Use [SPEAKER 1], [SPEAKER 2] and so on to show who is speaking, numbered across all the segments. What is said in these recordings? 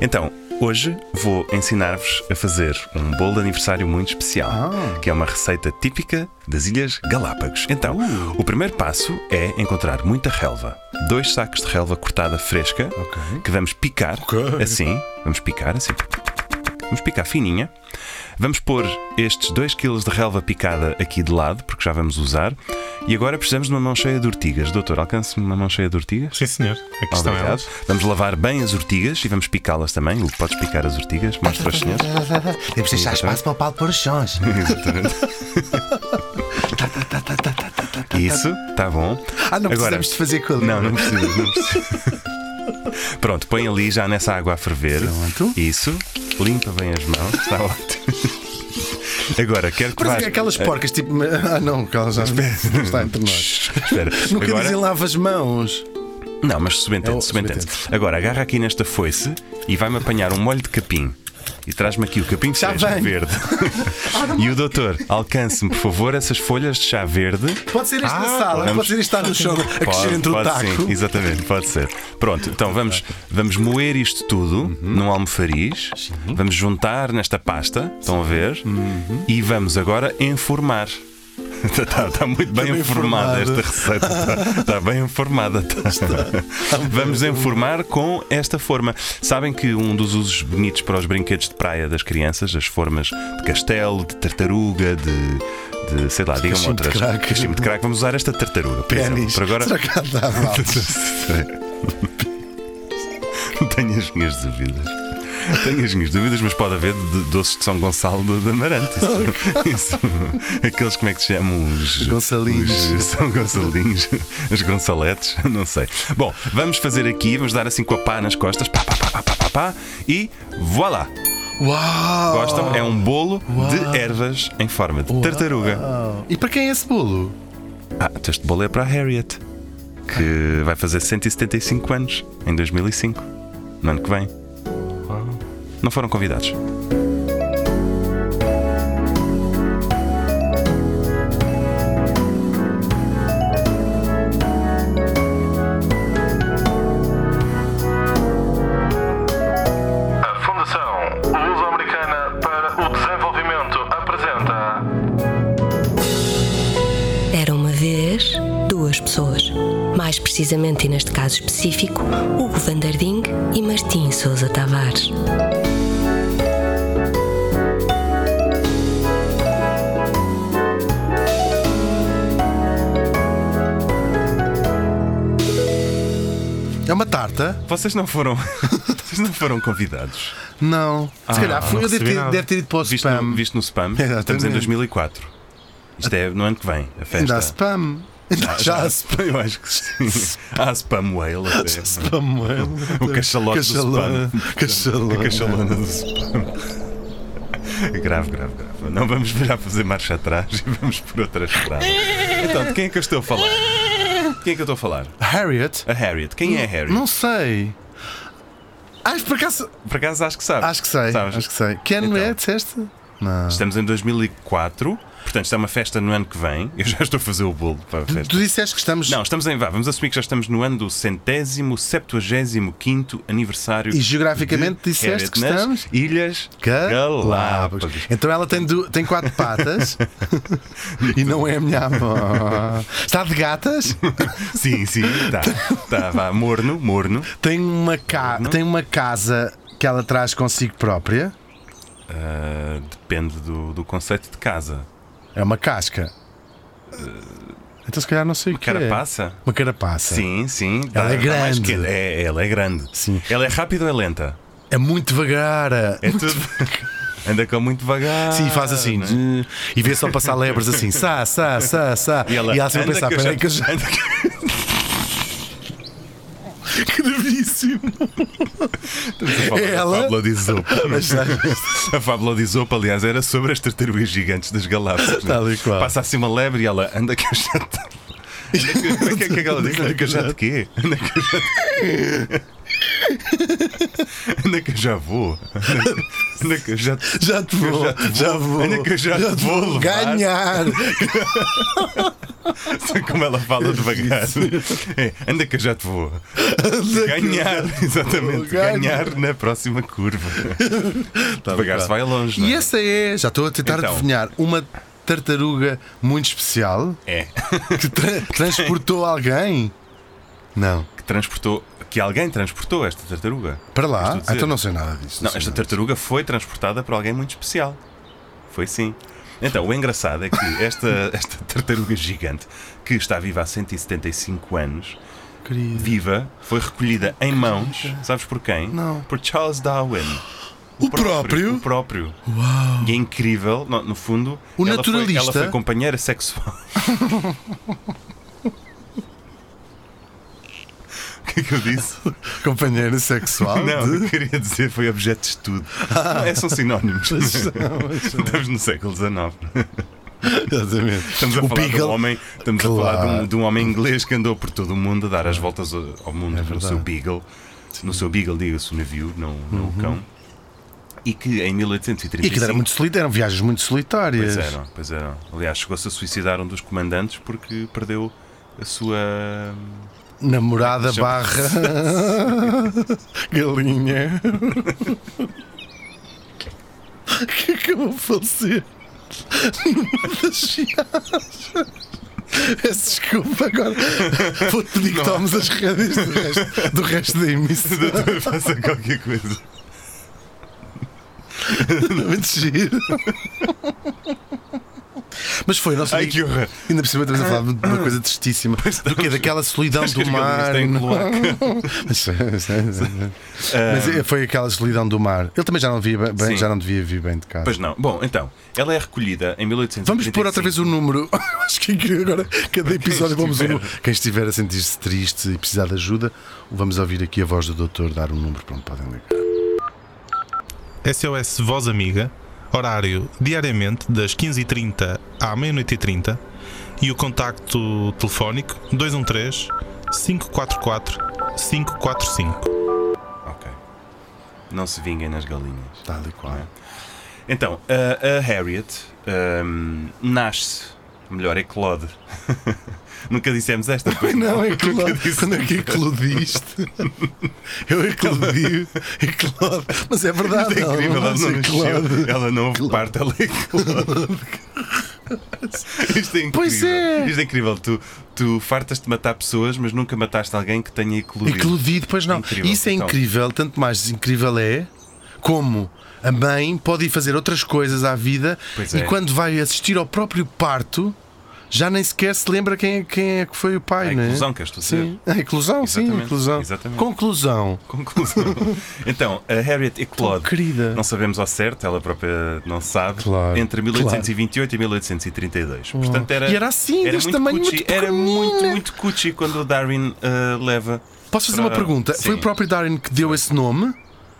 [SPEAKER 1] Então, hoje vou ensinar-vos a fazer um bolo de aniversário muito especial,
[SPEAKER 2] Ah.
[SPEAKER 1] que é uma receita típica das Ilhas Galápagos. Então,
[SPEAKER 2] Uh.
[SPEAKER 1] o primeiro passo é encontrar muita relva. Dois sacos de relva cortada fresca,
[SPEAKER 2] Ok.
[SPEAKER 1] que vamos picar
[SPEAKER 2] Ok.
[SPEAKER 1] assim. Vamos picar assim. Vamos picar fininha. Vamos pôr estes 2 kg de relva picada aqui de lado, porque já vamos usar. E agora precisamos de uma mão cheia de ortigas. Doutor, alcance-me uma mão cheia de ortigas?
[SPEAKER 2] Sim, senhor. é Aqui estão
[SPEAKER 1] Obrigado.
[SPEAKER 2] elas.
[SPEAKER 1] é Vamos lavar bem as ortigas e vamos picá-las também. Lu, Podes picar as ortigas? Mostra para os senhores.
[SPEAKER 3] Temos de deixar espaço para o Paulo pôr os sons.
[SPEAKER 1] Exatamente. Isso, está bom.
[SPEAKER 3] Ah, não
[SPEAKER 1] Agora-
[SPEAKER 3] precisamos de fazer com a língua.
[SPEAKER 1] Não, não precisa, não precisa. Pronto, põe ali já nessa água a ferver.
[SPEAKER 3] Pronto.
[SPEAKER 1] Isso. Limpa bem as mãos. Está ótimo. Agora, quero que
[SPEAKER 3] Parece
[SPEAKER 1] vás...
[SPEAKER 3] que aquelas porcas, tipo. Ah, não, calma, já não está entre nós.
[SPEAKER 1] Espera.
[SPEAKER 3] Nunca
[SPEAKER 1] Agora...
[SPEAKER 3] dizem lava as mãos.
[SPEAKER 1] Não, mas
[SPEAKER 3] É
[SPEAKER 1] subentende,
[SPEAKER 3] o-
[SPEAKER 1] subentende. Agora, agarra aqui nesta foice e vai-me apanhar um molho de capim. E traz-me aqui o capim de
[SPEAKER 3] Já
[SPEAKER 1] fresco
[SPEAKER 3] vem.
[SPEAKER 1] verde. e o doutor, alcance-me, por favor, essas folhas de chá verde.
[SPEAKER 3] Pode ser isto na
[SPEAKER 1] Ah,
[SPEAKER 3] sala,
[SPEAKER 1] vamos-
[SPEAKER 3] pode ser isto estar no chão a crescer entre o
[SPEAKER 1] pode
[SPEAKER 3] taco.
[SPEAKER 1] Sim, exatamente, pode ser. Pronto, então vamos, vamos moer isto tudo
[SPEAKER 3] Uhum.
[SPEAKER 1] num almofariz, vamos juntar nesta pasta, estão a ver,
[SPEAKER 3] Uhum.
[SPEAKER 1] e vamos agora enformar. Está muito bem informada
[SPEAKER 3] Tá formada.
[SPEAKER 1] esta receita. Está bem informada. tá. Vamos informar com esta forma. Sabem que um dos usos bonitos para os brinquedos de praia das crianças, as formas de castelo, de tartaruga, de, de sei lá, digam
[SPEAKER 3] Cachimbo de
[SPEAKER 1] outras.
[SPEAKER 3] crack.
[SPEAKER 1] Cachimbo de crack. Vamos usar esta tartaruga. por exemplo.
[SPEAKER 3] Pênis.
[SPEAKER 1] Por agora.
[SPEAKER 3] É Será que ela dá voltas?
[SPEAKER 1] Tenho as minhas dúvidas. Tenho as minhas dúvidas, mas pode haver de- doces de São Gonçalo de, de Amarante. Isso- isso- aqueles, como é que se chamam? Os
[SPEAKER 3] Gonçalinhos.
[SPEAKER 1] os São Gonçalinhos, os Gonçaletes, não sei. Bom, vamos fazer aqui, vamos dar assim com a pá nas costas, pá, pá, pá, pá, pá, pá, pá e voilá!
[SPEAKER 3] Uau!
[SPEAKER 1] Gostam? É um bolo de ervas em forma de tartaruga.
[SPEAKER 3] E para quem é esse bolo?
[SPEAKER 1] Ah, então este bolo é para a Harriet, que vai fazer 175 anos em 2005, no ano que vem. Não foram convidados.
[SPEAKER 4] A Fundação Luso-Americana para o Desenvolvimento apresenta
[SPEAKER 5] Era uma vez duas pessoas. Mais precisamente, e neste caso específico, Hugo Vandarding e Martim Sousa Tavares.
[SPEAKER 3] É uma tarta?
[SPEAKER 1] Vocês não foram. Vocês não foram convidados.
[SPEAKER 3] Não.
[SPEAKER 1] Ah,
[SPEAKER 3] Se calhar foi,
[SPEAKER 2] não
[SPEAKER 3] eu devo
[SPEAKER 2] recebi
[SPEAKER 3] ter,
[SPEAKER 2] nada.
[SPEAKER 3] deve ter ido para o
[SPEAKER 1] Visto,
[SPEAKER 3] spam.
[SPEAKER 1] No, visto no spam.
[SPEAKER 3] Exatamente.
[SPEAKER 1] Estamos em 2004. Isto é no ano que vem, a
[SPEAKER 3] Ainda
[SPEAKER 1] festa.
[SPEAKER 3] há spam. Já, já há spam.
[SPEAKER 1] Eu acho que sim. Há spam whale até.
[SPEAKER 3] mano.
[SPEAKER 1] O cachalote do
[SPEAKER 3] Cachalona. Cachalona.
[SPEAKER 1] A cachalona do spam. grave, grave, grave. Não vamos já fazer marcha atrás e vamos por outra estrada. Então, de quem é que eu estou a falar? De Quem é que eu estou a falar?
[SPEAKER 3] Harriet?
[SPEAKER 1] A Harriet. Quem é a Harriet?
[SPEAKER 3] Não sei. Acho por acaso.
[SPEAKER 1] Por acaso acho que sabes.
[SPEAKER 3] Acho que sei.
[SPEAKER 1] Sabes?
[SPEAKER 3] Acho que sei. Que ano
[SPEAKER 1] Então.
[SPEAKER 3] é, disseste? Não.
[SPEAKER 1] Estamos em 2004, portanto, isto é uma festa no ano que vem. Eu já estou a fazer o bolo para a
[SPEAKER 3] Tu,
[SPEAKER 1] festa.
[SPEAKER 3] tu disseste que estamos.
[SPEAKER 1] Não, estamos em. Vá, vamos assumir que já estamos no ano do centésimo, septuagésimo quinto aniversário.
[SPEAKER 3] E geograficamente
[SPEAKER 1] de
[SPEAKER 3] disseste
[SPEAKER 1] Harriet
[SPEAKER 3] que
[SPEAKER 1] nas
[SPEAKER 3] estamos?
[SPEAKER 1] Ilhas
[SPEAKER 3] Galápagos.
[SPEAKER 1] Galápagos.
[SPEAKER 3] Então ela tem, du- tem quatro patas e não é a minha avó. Está de gatas,
[SPEAKER 1] Sim, sim, tá. tá vá, morno, morno.
[SPEAKER 3] tem uma, ca- tem uma casa que ela traz consigo própria.
[SPEAKER 1] Ah, depende do, do conceito de casa.
[SPEAKER 3] É uma casca. Então se calhar não sei o que
[SPEAKER 1] Eh, Carapaça?
[SPEAKER 3] é. Uma carapaça.
[SPEAKER 1] Sim, sim.
[SPEAKER 3] Ela é
[SPEAKER 1] dá mais
[SPEAKER 3] grande.
[SPEAKER 1] quente. É, ela é grande.
[SPEAKER 3] Sim.
[SPEAKER 1] Ela é rápida ou é lenta?
[SPEAKER 3] É muito devagar.
[SPEAKER 1] É tudo. Anda com muito devagar.
[SPEAKER 3] Sim, faz assim.
[SPEAKER 1] né?
[SPEAKER 3] E vê só passar lebres assim. Sá, sá, sá, sá. E ela, sempre a
[SPEAKER 1] anda
[SPEAKER 3] pensar,
[SPEAKER 1] que eu já-
[SPEAKER 3] peraí que eu já.
[SPEAKER 1] anda que-
[SPEAKER 3] Que gravíssimo. Ela-
[SPEAKER 1] A fábula de Isopo.
[SPEAKER 3] Mas sabes-
[SPEAKER 1] A fábula de Isopo, aliás, era sobre as tartarugas gigantes das galáxias. é?
[SPEAKER 3] Tal e qual.
[SPEAKER 1] Passa assim uma lebre e ela anda que eu já te. Anda que- Como é que é que ela diz? Anda que eu já te quê? Anda que eu já te- Anda que eu já vou. Anda que- Anda que eu já te.
[SPEAKER 3] Já te vou,
[SPEAKER 1] Já te vou. é?
[SPEAKER 3] já vou,
[SPEAKER 1] Olha que eu já te vou levar.
[SPEAKER 3] ganhar.
[SPEAKER 1] Como ela fala devagar. É, anda que eu já te vou. Ganhar, exatamente.
[SPEAKER 3] Ganho. Tá
[SPEAKER 1] Ganhar na próxima curva. Devagar se vai longe, não
[SPEAKER 3] E
[SPEAKER 1] é?
[SPEAKER 3] essa é, já estou a tentar
[SPEAKER 1] Então.
[SPEAKER 3] adivinhar, uma tartaruga muito especial
[SPEAKER 1] É.
[SPEAKER 3] que tra- transportou alguém? Não,
[SPEAKER 1] Que transportou. Que alguém transportou esta tartaruga.
[SPEAKER 3] para
[SPEAKER 1] Estou a
[SPEAKER 3] lá.
[SPEAKER 1] dizer.
[SPEAKER 3] Então não sei nada disso.
[SPEAKER 1] Não,
[SPEAKER 3] sei
[SPEAKER 1] esta
[SPEAKER 3] nada.
[SPEAKER 1] tartaruga foi transportada por alguém muito especial. Foi sim. Então, o engraçado é que esta, esta tartaruga gigante, que está viva há 175 anos,
[SPEAKER 3] Querido.
[SPEAKER 1] viva, foi recolhida em mãos, sabes por quem?
[SPEAKER 3] Não.
[SPEAKER 1] Por Charles Darwin.
[SPEAKER 3] O próprio?
[SPEAKER 1] O próprio. Uau. E é incrível, no, no fundo,
[SPEAKER 3] O
[SPEAKER 1] ela Foi, ela
[SPEAKER 3] naturalista?
[SPEAKER 1] foi companheira sexual. O que é que eu disse?
[SPEAKER 3] Companheira sexual?
[SPEAKER 1] Não,
[SPEAKER 3] de- Ah.
[SPEAKER 1] eu queria dizer foi objeto de estudo. Não, é, são sinónimos. Estamos no século XIX.
[SPEAKER 3] Exatamente.
[SPEAKER 1] Estamos a
[SPEAKER 3] o
[SPEAKER 1] falar, de um,
[SPEAKER 3] Beagle-
[SPEAKER 1] homem, estamos a falar de, um,
[SPEAKER 3] Claro.
[SPEAKER 1] de um homem inglês que andou por todo o mundo a dar as voltas ao ao mundo no
[SPEAKER 3] É verdade. Uhum.
[SPEAKER 1] seu Beagle. No seu Beagle, diga-se, o navio, não, não o cão. E que em 1835.
[SPEAKER 3] E que era muito solitário, eram viagens muito solitárias.
[SPEAKER 1] Pois é. eram, pois eram. Aliás, chegou-se a suicidar um dos comandantes porque perdeu a sua.
[SPEAKER 3] Namorada
[SPEAKER 1] Chama-
[SPEAKER 3] barra galinha que acabou de falecer numa das viagens. Peço desculpa agora. Vou-te pedir que tomes as rédeas do resto, do resto da emissão.
[SPEAKER 1] Doutor, faça qualquer coisa.
[SPEAKER 3] Muito giro. Mas foi, não
[SPEAKER 1] Ai
[SPEAKER 3] sei.
[SPEAKER 1] que horror!
[SPEAKER 3] Ainda por cima estamos a falar de uma coisa tristíssima. Do que daquela solidão
[SPEAKER 1] Acho que
[SPEAKER 3] do
[SPEAKER 1] as galinhas
[SPEAKER 3] mar.
[SPEAKER 1] têm
[SPEAKER 3] não-
[SPEAKER 1] cloaca.
[SPEAKER 3] Mas, mas é, foi aquela solidão do mar. Ele também já não, via bem-
[SPEAKER 1] Sim.
[SPEAKER 3] já não devia vir bem de casa.
[SPEAKER 1] Pois não. Bom, então, ela é recolhida em 1835.
[SPEAKER 3] Vamos pôr outra vez o número. Acho que é incrível agora, cada episódio vamos um
[SPEAKER 1] estiver.
[SPEAKER 3] número. Quem estiver a sentir-se triste e precisar de ajuda, vamos ouvir aqui a voz do doutor dar um número para onde podem ligar.
[SPEAKER 2] SOS Voz Amiga, horário diariamente das 15h30 à meia-noite e 30 e o contacto telefónico 213 544 545.
[SPEAKER 1] Ok. Não se vinguem nas galinhas.
[SPEAKER 3] Tal e qual.
[SPEAKER 1] Então, a, a Harriet ahm, nasce. Melhor, é Claude. Nunca dissemos esta coisa.
[SPEAKER 3] Não, é
[SPEAKER 1] Nunca
[SPEAKER 3] Claude.
[SPEAKER 1] disse-
[SPEAKER 3] Quando é que eclodiste? Eu é eclodi, eclode. Mas é verdade.
[SPEAKER 1] É
[SPEAKER 3] ela
[SPEAKER 1] incrível, ela
[SPEAKER 3] nasce
[SPEAKER 1] não nasceu.
[SPEAKER 3] eclode.
[SPEAKER 1] Ela não houve parte, ela é Claude. Isto é incrível.
[SPEAKER 3] Pois é.
[SPEAKER 1] Isto é incrível. Tu, tu fartas de matar pessoas, mas nunca mataste alguém que tenha eclodido.
[SPEAKER 3] Eclodido, pois não.
[SPEAKER 1] Incrível,
[SPEAKER 3] Isso é
[SPEAKER 1] então.
[SPEAKER 3] incrível, tanto mais incrível é como a mãe pode ir fazer outras coisas à vida
[SPEAKER 1] Pois
[SPEAKER 3] e
[SPEAKER 1] é.
[SPEAKER 3] quando vai assistir ao próprio parto. Já nem sequer se lembra quem é, quem é que foi o pai,
[SPEAKER 1] A
[SPEAKER 3] né?
[SPEAKER 1] eclosão, queres tu dizer?
[SPEAKER 3] Sim, a eclosão, sim, a
[SPEAKER 1] Exatamente,
[SPEAKER 3] eclosão.
[SPEAKER 1] exatamente.
[SPEAKER 3] Conclusão.
[SPEAKER 1] Conclusão. Então, a Harriet eclode.
[SPEAKER 3] Tão querida.
[SPEAKER 1] Não sabemos ao certo, ela própria não sabe.
[SPEAKER 3] Claro, Oh.
[SPEAKER 1] Entre 1828 e 1832. Portanto, era,
[SPEAKER 3] E era assim, deste tamanho,
[SPEAKER 1] cuchi.
[SPEAKER 3] muito
[SPEAKER 1] Era muito,
[SPEAKER 3] pequenina.
[SPEAKER 1] muito cuchi quando o Darwin ah, leva.
[SPEAKER 3] Posso fazer uma
[SPEAKER 1] Para-
[SPEAKER 3] pergunta? Foi
[SPEAKER 1] Sim.
[SPEAKER 3] o próprio Darwin que deu esse nome?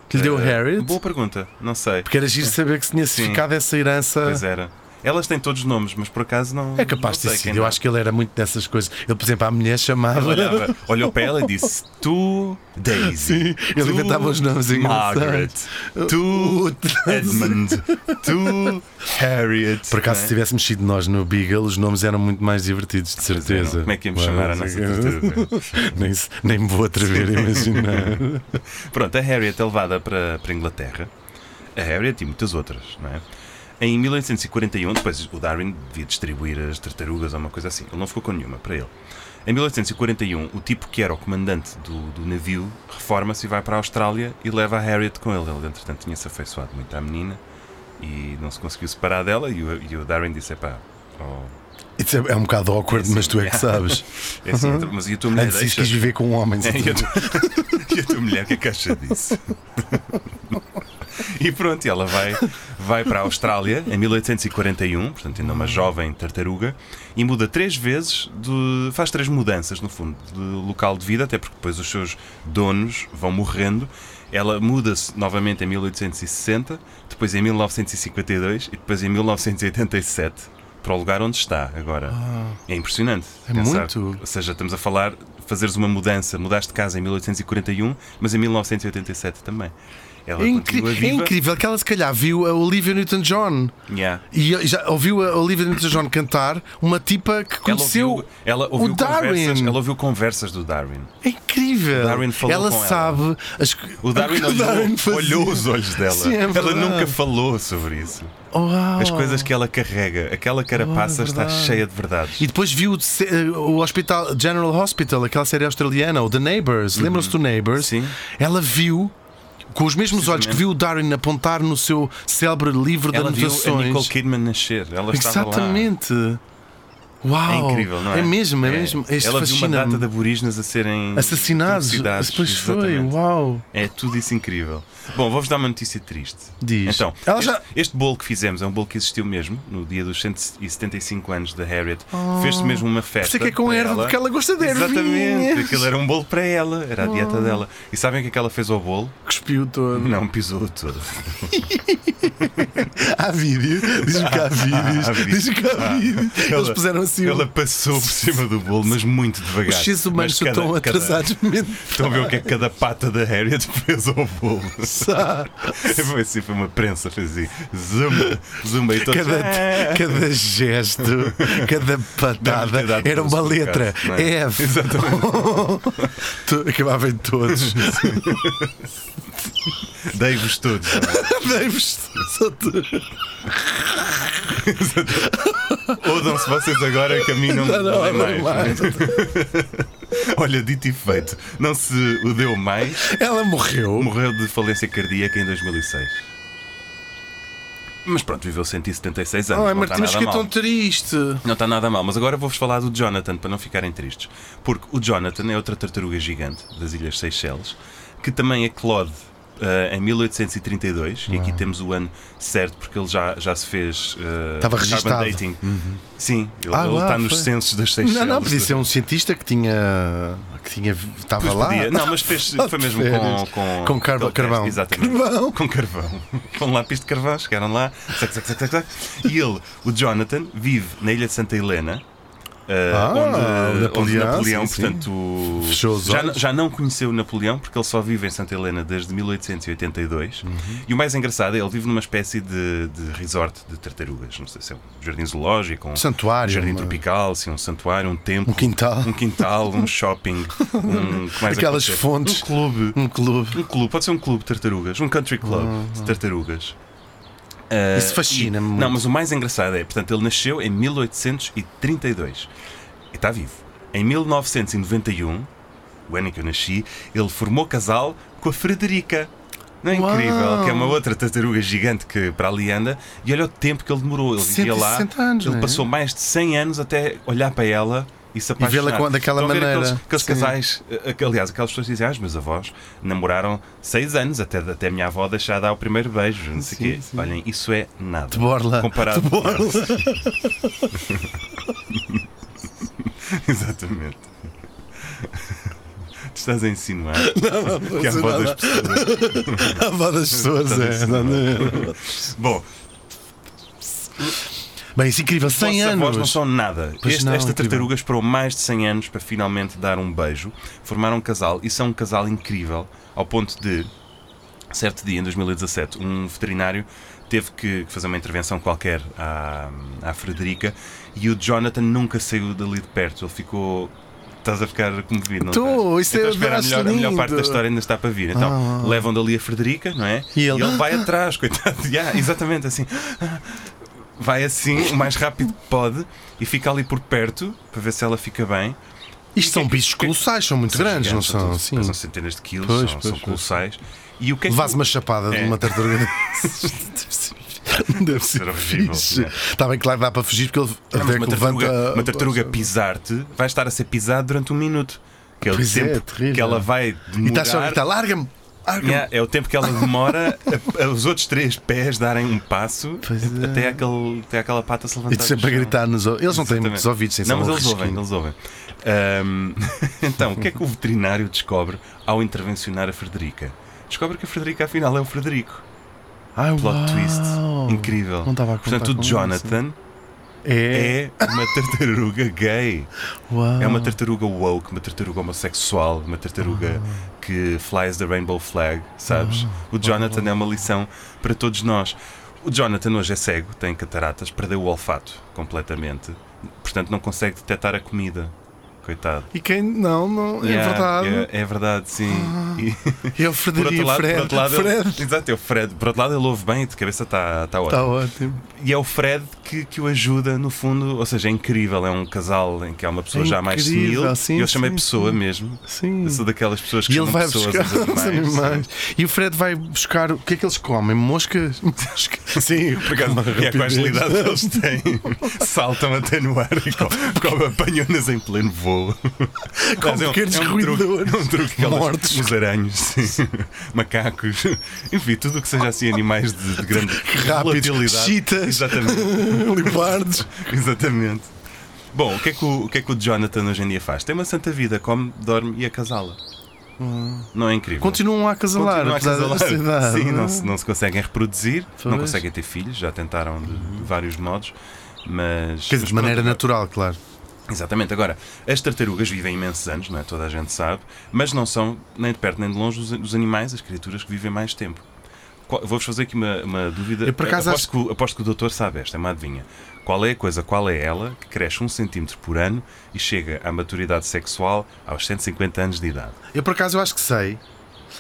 [SPEAKER 3] Que lhe deu Harriet?
[SPEAKER 1] eh, Boa pergunta, não sei.
[SPEAKER 3] Porque era giro saber que se tinha
[SPEAKER 1] Sim.
[SPEAKER 3] ficado essa herança.
[SPEAKER 1] Pois era. Elas têm todos os nomes, mas por acaso não.
[SPEAKER 3] É capaz de
[SPEAKER 1] não
[SPEAKER 3] ter
[SPEAKER 1] sei quem
[SPEAKER 3] sido. Eu
[SPEAKER 1] dá.
[SPEAKER 3] acho que ele era muito dessas coisas. Ele, por exemplo, à mulher chamava.
[SPEAKER 1] Ele olhava, olhou para ela e disse: Tu, Daisy.
[SPEAKER 3] Sim, ele
[SPEAKER 1] Tu,
[SPEAKER 3] inventava os nomes
[SPEAKER 1] Margaret.
[SPEAKER 3] engraçados.
[SPEAKER 1] Tu,
[SPEAKER 3] O-
[SPEAKER 1] Edmund. Tu, Harriet.
[SPEAKER 3] Por
[SPEAKER 1] Não
[SPEAKER 3] acaso, se
[SPEAKER 1] é?
[SPEAKER 3] tivéssemos sido nós no Beagle, os nomes eram muito mais divertidos, de
[SPEAKER 1] Pois é, não.
[SPEAKER 3] certeza.
[SPEAKER 1] Como é que íamos chamar a nossa tartaruga?
[SPEAKER 3] nem, se- nem me vou atrever a imaginar.
[SPEAKER 1] Pronto, a Harriet é levada para, para a Inglaterra. A Harriet e muitas outras, não é? Em 1841, depois o Darwin devia distribuir as tartarugas ou uma coisa assim. Ele não ficou com nenhuma para ele. Em 1841, o tipo que era o comandante do, do navio reforma-se e vai para a Austrália e leva a Harriet com ele. Ele, entretanto, tinha-se afeiçoado muito à menina e não se conseguiu separar dela. E o, e o Darwin disse: Epá, oh,
[SPEAKER 3] Isso é, é um bocado awkward, mas tu é que sabes.
[SPEAKER 1] é assim, então, mas e a tua mulher?
[SPEAKER 3] Uhum. Antes disso,
[SPEAKER 1] deixa?"
[SPEAKER 3] quis viver com um homem.
[SPEAKER 1] É, e, a tua, e a tua mulher, o que é que acha disso? E pronto, ela vai, vai para a Austrália em 1841, portanto, ainda uma jovem tartaruga, e muda três vezes, de- faz três mudanças, no fundo, de local de vida, até porque depois os seus donos vão morrendo. Ela muda-se novamente em 1860, depois em 1952 e depois em 1987 para o lugar onde está agora. é impressionante.
[SPEAKER 3] Ah. É muito.
[SPEAKER 1] Ou seja, estamos a falar fazeres uma mudança, mudaste de casa em 1841, mas em 1987 também. Ela
[SPEAKER 3] É, incri-
[SPEAKER 1] continua
[SPEAKER 3] é
[SPEAKER 1] viva.
[SPEAKER 3] incrível que ela se calhar viu a Olivia Newton-John
[SPEAKER 1] Yeah.
[SPEAKER 3] e já ouviu a Olivia Newton-John cantar uma tipa que
[SPEAKER 1] Ela
[SPEAKER 3] conheceu
[SPEAKER 1] ouviu, ela ouviu
[SPEAKER 3] o Darwin.
[SPEAKER 1] Conversas, ela ouviu conversas do Darwin.
[SPEAKER 3] É incrível.
[SPEAKER 1] Darwin falou
[SPEAKER 3] ela
[SPEAKER 1] com ela.
[SPEAKER 3] sabe as co-
[SPEAKER 1] O Darwin,
[SPEAKER 3] que
[SPEAKER 1] olhou,
[SPEAKER 3] fazia.
[SPEAKER 1] olhou os olhos dela.
[SPEAKER 3] Sim, é
[SPEAKER 1] ela
[SPEAKER 3] verdade.
[SPEAKER 1] nunca falou sobre isso.
[SPEAKER 3] Uau.
[SPEAKER 1] As coisas que ela carrega, aquela carapaça está
[SPEAKER 3] Oh, é verdade.
[SPEAKER 1] cheia de verdades.
[SPEAKER 3] E depois viu o se- eh, o Hospital General Hospital, aquela série australiana, o The Neighbors. Lembram-se do Neighbors?
[SPEAKER 1] Uhum. Sim.
[SPEAKER 3] Ela viu com os mesmos olhos que viu o Darwin apontar no seu célebre livro de
[SPEAKER 1] ela viu
[SPEAKER 3] anotações.
[SPEAKER 1] a Nicole Kidman nascer. Ela estava lá.
[SPEAKER 3] Exatamente. Uau!
[SPEAKER 1] É incrível, não é?
[SPEAKER 3] É mesmo, é, mesmo. Isto
[SPEAKER 1] Ela viu uma data
[SPEAKER 3] fascina-me.
[SPEAKER 1] de aborígenes a serem
[SPEAKER 3] Assassinados.
[SPEAKER 1] trucidados.
[SPEAKER 3] Depois foi,
[SPEAKER 1] Exatamente.
[SPEAKER 3] uau!
[SPEAKER 1] É tudo isso incrível. Bom, vou-vos dar uma notícia triste.
[SPEAKER 3] Diz.
[SPEAKER 1] Então,
[SPEAKER 3] Ela
[SPEAKER 1] este,
[SPEAKER 3] já-
[SPEAKER 1] este bolo que fizemos é um bolo que existiu mesmo, no dia dos 175 anos da Harriet. Fez-se mesmo uma festa.
[SPEAKER 3] Por isso é Oh. que é com
[SPEAKER 1] para
[SPEAKER 3] erva, porque ela gosta de Oh.
[SPEAKER 1] Exatamente,
[SPEAKER 3] ervinhas.
[SPEAKER 1] aquilo era um bolo para ela, era a dieta dela. E sabem o que é que ela fez ao bolo?
[SPEAKER 3] Cuspiu todo.
[SPEAKER 1] Não pisou todo.
[SPEAKER 3] Há vídeo. Diz-me que há vídeos.
[SPEAKER 1] há vídeo.
[SPEAKER 3] Diz-me que há vídeo. Eles
[SPEAKER 1] Ah, Ela-
[SPEAKER 3] puseram assim.
[SPEAKER 1] Ela passou por cima do bolo, mas muito devagar.
[SPEAKER 3] Os X humanos
[SPEAKER 1] Mas cada-
[SPEAKER 3] estão
[SPEAKER 1] cada-
[SPEAKER 3] atrasados
[SPEAKER 1] Estão a ver o que é que cada pata da Harriet fez ao bolo? Foi assim, foi uma prensa, fez assim, zumba, zumba e todos,
[SPEAKER 3] Cada, cada gesto, cada
[SPEAKER 1] Deve ter
[SPEAKER 3] patada
[SPEAKER 1] dado
[SPEAKER 3] era uma
[SPEAKER 1] música,
[SPEAKER 3] letra.
[SPEAKER 1] não é?
[SPEAKER 3] F. Tu- Acabava em todos.
[SPEAKER 1] dei-vos todos.
[SPEAKER 3] Dei-vos só tu.
[SPEAKER 1] Odam-se vocês agora, caminham
[SPEAKER 3] Já não há
[SPEAKER 1] mais.
[SPEAKER 3] mais.
[SPEAKER 1] Olha, dito e feito, não se o deu mais,
[SPEAKER 3] Ela morreu.
[SPEAKER 1] morreu de falência cardíaca em 2006. Mas pronto, viveu 176 anos.
[SPEAKER 3] Ai,
[SPEAKER 1] não está
[SPEAKER 3] Martim, mas
[SPEAKER 1] nada
[SPEAKER 3] que é
[SPEAKER 1] mal.
[SPEAKER 3] tão triste.
[SPEAKER 1] Não está nada mal, mas agora vou-vos falar do Jonathan para não ficarem tristes. Porque o Jonathan é outra tartaruga gigante das Ilhas Seychelles, que também eclode eh, em 1832, e aqui temos o ano certo, porque ele já, já se fez eh,
[SPEAKER 3] Estava
[SPEAKER 1] carbon
[SPEAKER 3] registado. Uhum.
[SPEAKER 1] dating. Sim, ele,
[SPEAKER 3] Ah,
[SPEAKER 1] ele
[SPEAKER 3] lá,
[SPEAKER 1] está nos
[SPEAKER 3] foi.
[SPEAKER 1] censos das Seychelles.
[SPEAKER 3] Não, não, podia ser um cientista que tinha. que tinha. estava
[SPEAKER 1] Pois
[SPEAKER 3] lá.
[SPEAKER 1] podia. Não, mas fez, foi mesmo com,
[SPEAKER 3] Férias.
[SPEAKER 1] com,
[SPEAKER 3] Com carva-
[SPEAKER 1] aquele
[SPEAKER 3] carvão.
[SPEAKER 1] teste, exatamente.
[SPEAKER 3] Carvão.
[SPEAKER 1] Com carvão. Com lápis de carvão, chegaram lá. Sac, sac, sac, sac, sac. E ele, o Jonathan, vive na ilha de Santa Helena. eh,
[SPEAKER 3] Ah,
[SPEAKER 1] onde,
[SPEAKER 3] o Napoleão,
[SPEAKER 1] onde Napoleão
[SPEAKER 3] sim, sim.
[SPEAKER 1] portanto,
[SPEAKER 3] Fechou os
[SPEAKER 1] já,
[SPEAKER 3] olhos.
[SPEAKER 1] já não conheceu o Napoleão porque ele só vive em Santa Helena desde 1882.
[SPEAKER 3] Uhum.
[SPEAKER 1] E o mais engraçado é ele vive numa espécie de, de resort de tartarugas. Não sei se é um jardim zoológico, um
[SPEAKER 3] Santuário,
[SPEAKER 1] jardim
[SPEAKER 3] uma-
[SPEAKER 1] tropical, sim, um santuário, um templo,
[SPEAKER 3] Um quintal.
[SPEAKER 1] um quintal, um shopping, um, que mais
[SPEAKER 3] Aquelas
[SPEAKER 1] acontecer?
[SPEAKER 3] fontes.
[SPEAKER 1] Um clube.
[SPEAKER 3] Um clube.
[SPEAKER 1] Um clube, pode ser um clube de tartarugas, um country club
[SPEAKER 3] Uhum.
[SPEAKER 1] de tartarugas. Ah,
[SPEAKER 3] Isso fascina-me
[SPEAKER 1] e-
[SPEAKER 3] muito.
[SPEAKER 1] Não, mas o mais engraçado é, portanto, ele nasceu em 1832 e está vivo. Em 1991, o ano em que eu nasci, ele formou casal com a Frederica. Não é
[SPEAKER 3] Uau!
[SPEAKER 1] incrível? Que é uma outra tartaruga gigante que para ali anda. E olha o tempo que ele demorou. Ele vivia lá.
[SPEAKER 3] 160 anos,
[SPEAKER 1] ele
[SPEAKER 3] não é?
[SPEAKER 1] passou mais de 100 anos até olhar para ela e se
[SPEAKER 3] vê-la
[SPEAKER 1] apaixonar.
[SPEAKER 3] com- daquela
[SPEAKER 1] Estão a ver
[SPEAKER 3] maneira.
[SPEAKER 1] Aqueles, aqueles
[SPEAKER 3] Sim.
[SPEAKER 1] casais, eh, que- aliás, aquelas pessoas que dizem, ah, os meus avós namoraram 6 anos até, até a minha avó deixar dar o primeiro beijo. Não sei quê. Olhem, isso é nada.
[SPEAKER 3] De borla.
[SPEAKER 1] Comparado
[SPEAKER 3] De
[SPEAKER 1] com
[SPEAKER 3] borla.
[SPEAKER 1] Exatamente. Tu estás a insinuar que a
[SPEAKER 3] sei
[SPEAKER 1] avó
[SPEAKER 3] nada.
[SPEAKER 1] das pessoas.
[SPEAKER 3] A avó das pessoas,
[SPEAKER 1] Está
[SPEAKER 3] é.
[SPEAKER 1] dizendo. Bom,
[SPEAKER 3] Bem, isso é incrível. 100
[SPEAKER 1] vossos avós
[SPEAKER 3] anos.
[SPEAKER 1] não são nada.
[SPEAKER 3] Pois
[SPEAKER 1] Este-
[SPEAKER 3] não,
[SPEAKER 1] esta
[SPEAKER 3] incrível.
[SPEAKER 1] tartaruga esperou mais de 100 anos para finalmente dar um beijo, formar um casal e são um casal incrível, ao ponto de, certo dia, em 2017, um veterinário teve que fazer uma intervenção qualquer à, à Frederica e o Jonathan nunca saiu dali de perto. Ele ficou. Estás a ficar comovido, não estás?
[SPEAKER 3] Tô, isso
[SPEAKER 1] então,
[SPEAKER 3] eu
[SPEAKER 1] espera, a
[SPEAKER 3] acho
[SPEAKER 1] melhor, a melhor
[SPEAKER 3] lindo.
[SPEAKER 1] parte da história ainda está para vir. Então, levam dali a Frederica, não é?
[SPEAKER 3] Ah, E ele-
[SPEAKER 1] vai atrás, coitado. Yeah, exatamente assim vai assim o mais rápido que pode e fica ali por perto para ver se ela fica bem.
[SPEAKER 3] Isto são bichos colossais, são muito grandes, não
[SPEAKER 1] Gigantes,
[SPEAKER 3] são?
[SPEAKER 1] todos-
[SPEAKER 3] Sim.
[SPEAKER 1] Pesam centenas de quilos,
[SPEAKER 3] Pois,
[SPEAKER 1] são,
[SPEAKER 3] pois,
[SPEAKER 1] são
[SPEAKER 3] pois.
[SPEAKER 1] colossais. E o que é que.
[SPEAKER 3] Levas uma chapada
[SPEAKER 1] É.
[SPEAKER 3] de uma tartaruga. Deve ser
[SPEAKER 1] horrível,
[SPEAKER 3] fixe.
[SPEAKER 1] não
[SPEAKER 3] Está bem claro que dá para fugir porque ele
[SPEAKER 1] Ah, mas
[SPEAKER 3] até
[SPEAKER 1] uma
[SPEAKER 3] que
[SPEAKER 1] tartaruga,
[SPEAKER 3] levanta.
[SPEAKER 1] uma tartaruga pisar-te vai estar a ser pisado durante um minuto. Que é o
[SPEAKER 3] Pois é,
[SPEAKER 1] tempo
[SPEAKER 3] terrível.
[SPEAKER 1] que ela vai
[SPEAKER 3] E
[SPEAKER 1] demorar.
[SPEAKER 3] está tá só a gritar: larga-me! larga-me."
[SPEAKER 1] Yeah, é o tempo que ela demora a- a- os outros três pés darem um passo
[SPEAKER 3] Pois é.
[SPEAKER 1] até, aquele, até aquela pata se
[SPEAKER 3] E
[SPEAKER 1] levantar.
[SPEAKER 3] tu
[SPEAKER 1] do
[SPEAKER 3] sempre a
[SPEAKER 1] chão.
[SPEAKER 3] gritar nos ouvidos. Eles não têm
[SPEAKER 1] Exatamente.
[SPEAKER 3] muitos ouvidos, têm só
[SPEAKER 1] Não, mas
[SPEAKER 3] um
[SPEAKER 1] eles ouvem,
[SPEAKER 3] risquinho.
[SPEAKER 1] eles ouvem. Ahm, então, o que é que o veterinário descobre ao intervencionar a Frederica? Descobre que a Frederica, afinal, é o Frederico.
[SPEAKER 3] Ai,
[SPEAKER 1] Plot
[SPEAKER 3] Ah, uau.
[SPEAKER 1] twist. Incrível.
[SPEAKER 3] Não estava a contar
[SPEAKER 1] Portanto, o
[SPEAKER 3] com
[SPEAKER 1] Jonathan
[SPEAKER 3] É.
[SPEAKER 1] É uma tartaruga gay.
[SPEAKER 3] Uau.
[SPEAKER 1] É uma tartaruga woke, uma tartaruga homossexual, uma tartaruga que flies the rainbow flag, sabes? O Jonathan é uma lição para todos nós. O Jonathan hoje é cego, tem cataratas, perdeu o olfato completamente, portanto não consegue detectar a comida. Coitado.
[SPEAKER 3] E quem. Não, não.
[SPEAKER 1] Yeah,
[SPEAKER 3] é verdade.
[SPEAKER 1] É, é verdade, sim. E-
[SPEAKER 3] Eu
[SPEAKER 1] por
[SPEAKER 3] Frederico
[SPEAKER 1] outro lado,
[SPEAKER 3] Fred.
[SPEAKER 1] por outro lado
[SPEAKER 3] Fred.
[SPEAKER 1] Ele, exato, é o Fred. Por outro lado, ele ouve bem, de cabeça está tá ótimo
[SPEAKER 3] Está ótimo.
[SPEAKER 1] e é o Fred que, que o ajuda, no fundo. Ou seja, é incrível. É um casal em que há uma pessoa
[SPEAKER 3] É
[SPEAKER 1] já mais
[SPEAKER 3] incrível,
[SPEAKER 1] senil.
[SPEAKER 3] sim,
[SPEAKER 1] e eu chamei
[SPEAKER 3] sim,
[SPEAKER 1] pessoa
[SPEAKER 3] sim.
[SPEAKER 1] mesmo.
[SPEAKER 3] Sim.
[SPEAKER 1] Eu sou daquelas pessoas que
[SPEAKER 3] E ele
[SPEAKER 1] chamam
[SPEAKER 3] vai
[SPEAKER 1] pessoas assim
[SPEAKER 3] buscar
[SPEAKER 1] aos
[SPEAKER 3] os animais. E o Fred vai buscar. O que é que eles comem? Moscas? Moscas. Sim,
[SPEAKER 1] Por acaso, é e a
[SPEAKER 3] rapidez.
[SPEAKER 1] qualidade que eles têm. Saltam até no ar e co- comem apanhonas em pleno voo. Mas é um-
[SPEAKER 3] pequenos
[SPEAKER 1] é um truque-
[SPEAKER 3] roedores
[SPEAKER 1] é um truque que elas-
[SPEAKER 3] mortos.
[SPEAKER 1] Os aranhos, sim, macacos, enfim, tudo o que seja assim animais de, de grande
[SPEAKER 3] rápidos,
[SPEAKER 1] volatilidade.
[SPEAKER 3] cheetahs.
[SPEAKER 1] Exatamente.
[SPEAKER 3] Leopardos.
[SPEAKER 1] Exatamente. Bom, o que, é que o, o que é que o Jonathan hoje em dia faz? Tem uma santa vida, come, dorme e acasala. Não é incrível?
[SPEAKER 3] Continuam Hum. a acasalar,
[SPEAKER 1] Continua a
[SPEAKER 3] apesar da
[SPEAKER 1] acasalar.
[SPEAKER 3] sua idade.
[SPEAKER 1] Sim, não se, não se conseguem reproduzir, não
[SPEAKER 3] é? Pois. Uhum.
[SPEAKER 1] conseguem ter filhos, já tentaram de vários modos, mas.
[SPEAKER 3] Quer dizer,
[SPEAKER 1] mas
[SPEAKER 3] de maneira
[SPEAKER 1] pronto.
[SPEAKER 3] natural, claro.
[SPEAKER 1] Exatamente. Agora, as tartarugas vivem imensos anos, não é? Toda a gente sabe, mas não são nem de perto nem de longe os, os animais, as criaturas que vivem mais tempo. Qual- Vou-vos fazer aqui uma, uma dúvida. Eh,
[SPEAKER 3] Eu, por acaso,
[SPEAKER 1] aposto, que, o- aposto que o doutor sabe esta, é uma adivinha. Qual é a coisa, qual é ela, que cresce um centímetro por ano e chega à maturidade sexual aos 150 anos de idade?
[SPEAKER 3] Eu por acaso eu acho que sei.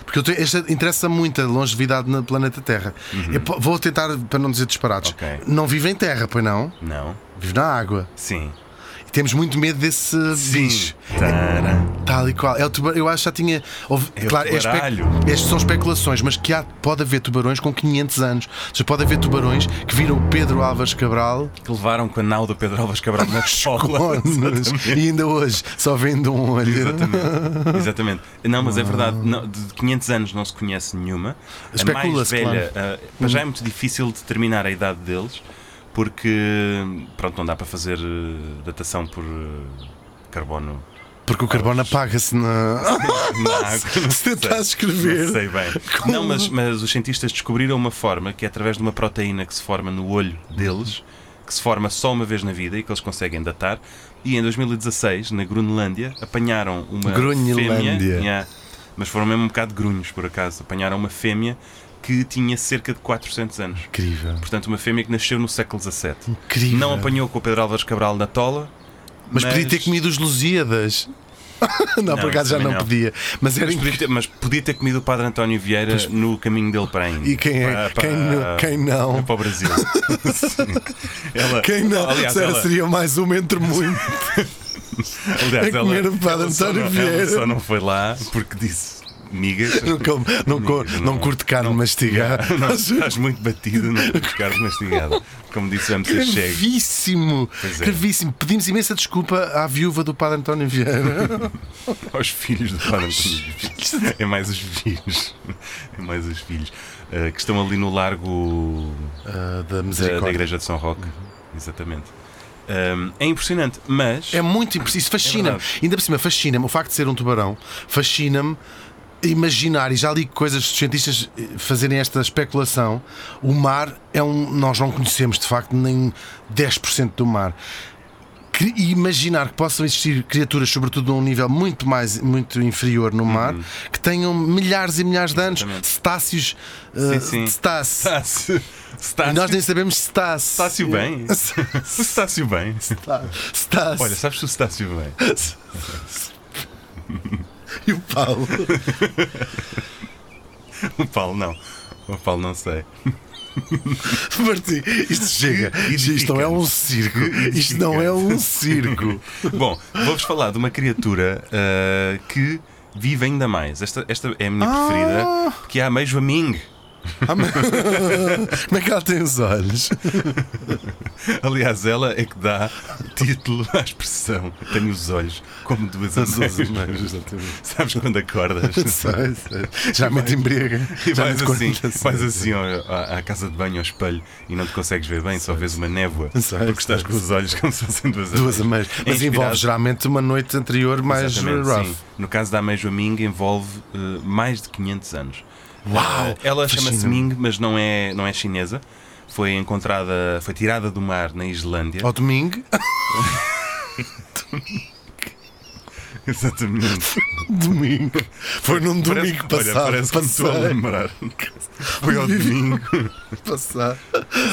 [SPEAKER 3] Porque eu tenho- esta interessa muito a longevidade no planeta Terra. Eu po- vou tentar, para não dizer disparados.
[SPEAKER 1] Uhum. Ok.
[SPEAKER 3] Não vive em terra, pois não?
[SPEAKER 1] Não?
[SPEAKER 3] Vive na água.
[SPEAKER 1] Sim.
[SPEAKER 3] E temos muito medo desse bicho.
[SPEAKER 1] Tcharam.
[SPEAKER 3] Tal e qual. É o tubar... Eu acho que já tinha. houve-
[SPEAKER 1] É o
[SPEAKER 3] claro, é espe-
[SPEAKER 1] tubaralho.
[SPEAKER 3] Estas são especulações, mas que há... pode haver tubarões com 500 anos. Já pode haver tubarões que viram o Pedro Álvares Cabral
[SPEAKER 1] Que levaram com a nau do Pedro Alves Cabral na escola.
[SPEAKER 3] conos, e ainda hoje só vendo um olho.
[SPEAKER 1] Exatamente. Exatamente. Não, mas é verdade, não, de de 500 anos não se conhece nenhuma. A mais
[SPEAKER 3] Especula-se,
[SPEAKER 1] velha, ah, para já é muito difícil determinar a idade deles, porque pronto, não dá para fazer eh, datação por eh, carbono
[SPEAKER 3] Porque o carbono apaga-se na. Ah,
[SPEAKER 1] na água. Não
[SPEAKER 3] Se tentar
[SPEAKER 1] sei.
[SPEAKER 3] escrever.
[SPEAKER 1] Não sei bem. Não, mas, mas os cientistas descobriram uma forma que é através de uma proteína que se forma no olho deles, que se forma só uma vez na vida e que eles conseguem datar. E em 2016, na Groenlândia, apanharam uma
[SPEAKER 3] Grunilândia.
[SPEAKER 1] fêmea. Yeah. mas foram mesmo um bocado grunhos, por acaso. Apanharam uma fêmea que tinha cerca de 400 anos.
[SPEAKER 3] Incrível.
[SPEAKER 1] Portanto, uma fêmea que nasceu no século XVII.
[SPEAKER 3] Incrível.
[SPEAKER 1] Não apanhou com o Pedro Álvares Cabral na tola.
[SPEAKER 3] Mas, podia ter comido os Lusíadas. não, por acaso já
[SPEAKER 1] também
[SPEAKER 3] não,
[SPEAKER 1] não.
[SPEAKER 3] podia. Mas era
[SPEAKER 1] Mas podia, ter, mas podia ter comido o padre António Vieira no caminho dele para a Índia.
[SPEAKER 3] E quem é?
[SPEAKER 1] Para-
[SPEAKER 3] Quem não- quem não?
[SPEAKER 1] Para o Brasil. Sim. Ela-
[SPEAKER 3] Quem não? assim,
[SPEAKER 1] Aliás,
[SPEAKER 3] Era-
[SPEAKER 1] ela,
[SPEAKER 3] Seria mais uma entre muitos.
[SPEAKER 1] aliás,
[SPEAKER 3] a
[SPEAKER 1] ela-
[SPEAKER 3] comer "É o padre
[SPEAKER 1] ela só
[SPEAKER 3] António
[SPEAKER 1] não-
[SPEAKER 3] Vieira.
[SPEAKER 1] Ela só não foi lá porque disse: migas.
[SPEAKER 3] não, como- não, co-
[SPEAKER 1] Amigas,
[SPEAKER 3] não
[SPEAKER 1] não.
[SPEAKER 3] curto carne é mastigada.
[SPEAKER 1] Não, estás muito batida, não vou ficar mastigada. Como disse o MC Chego.
[SPEAKER 3] Gravíssimo,
[SPEAKER 1] Pois é.
[SPEAKER 3] gravíssimo. Pedimos imensa desculpa à viúva do padre António Vieira.
[SPEAKER 1] aos filhos do Padre António Vieira. É mais os filhos. É mais os filhos. Ah, que estão ali no largo
[SPEAKER 3] Ah,
[SPEAKER 1] da,
[SPEAKER 3] da
[SPEAKER 1] da
[SPEAKER 3] misericórdia.
[SPEAKER 1] Igreja de São Roque. Exatamente. Ahm, é impressionante, mas.
[SPEAKER 3] Uhum. É muito impressionante. Isso
[SPEAKER 1] É
[SPEAKER 3] fascina-me.
[SPEAKER 1] verdade.
[SPEAKER 3] Ainda por cima, fascina-me. O facto de ser um tubarão fascina-me imaginar. E já li coisas dos cientistas eh, fazerem esta especulação. O mar é um. Nós não conhecemos, de facto, nem 10% do mar. Cri- E imaginar que possam existir criaturas, sobretudo num nível muito mais muito inferior no mar, que tenham milhares e milhares de anos,
[SPEAKER 1] Uhum. Exatamente.
[SPEAKER 3] cetáceos,
[SPEAKER 1] Sim,
[SPEAKER 3] eh,
[SPEAKER 1] sim.
[SPEAKER 3] cetáceo.
[SPEAKER 1] Cetáceo.
[SPEAKER 3] E
[SPEAKER 1] Cetáceo.
[SPEAKER 3] nós nem sabemos se cetáceo.
[SPEAKER 1] Cetáceo bem. Cetáceo bem.
[SPEAKER 3] Cetáceo.
[SPEAKER 1] Olha, sabes se o cetáceo bem?
[SPEAKER 3] e o Paulo.
[SPEAKER 1] O Paulo não. O Paulo não sei.
[SPEAKER 3] Martim, isto chega. Isto não é um circo. Isto não é um circo.
[SPEAKER 1] Bom, vou-vos falar de uma criatura ah, que vive ainda mais. Esta, esta é a minha preferida, que é a Meijo Ming.
[SPEAKER 3] Ah, mas- Como é que ela tem os olhos?
[SPEAKER 1] Aliás, ela é que dá título à expressão. Tenho os olhos como duas azuis. Sabes quando acordas?
[SPEAKER 3] Sei, sei. Já muito embriaga.
[SPEAKER 1] E
[SPEAKER 3] Já
[SPEAKER 1] vais
[SPEAKER 3] me
[SPEAKER 1] assim,
[SPEAKER 3] conta, sei.
[SPEAKER 1] vais assim ao- à, à casa de banho, ao espelho, e não te consegues ver bem, só vês uma névoa.
[SPEAKER 3] Sei,
[SPEAKER 1] Porque estás
[SPEAKER 3] sei.
[SPEAKER 1] com os olhos como se fossem duas
[SPEAKER 3] Duas a mais.
[SPEAKER 1] É
[SPEAKER 3] Mas
[SPEAKER 1] inspirado-
[SPEAKER 3] envolve geralmente uma noite anterior mais
[SPEAKER 1] Exatamente,
[SPEAKER 3] rough.
[SPEAKER 1] sim. No caso da Ameijo Ming, envolve eh, mais de 500 anos.
[SPEAKER 3] Uau!
[SPEAKER 1] Eh, ela chama-se
[SPEAKER 3] Fascina-me.
[SPEAKER 1] Ming, mas não é, não é chinesa. foi encontrada, foi tirada do mar na Islândia.
[SPEAKER 3] Ao domingo,
[SPEAKER 1] Exatamente.
[SPEAKER 3] domingo. Foi num domingo
[SPEAKER 1] parece,
[SPEAKER 3] passado.
[SPEAKER 1] Olha, parece que me estou a
[SPEAKER 3] passei,
[SPEAKER 1] lembrar. Foi ao domingo.
[SPEAKER 3] passar.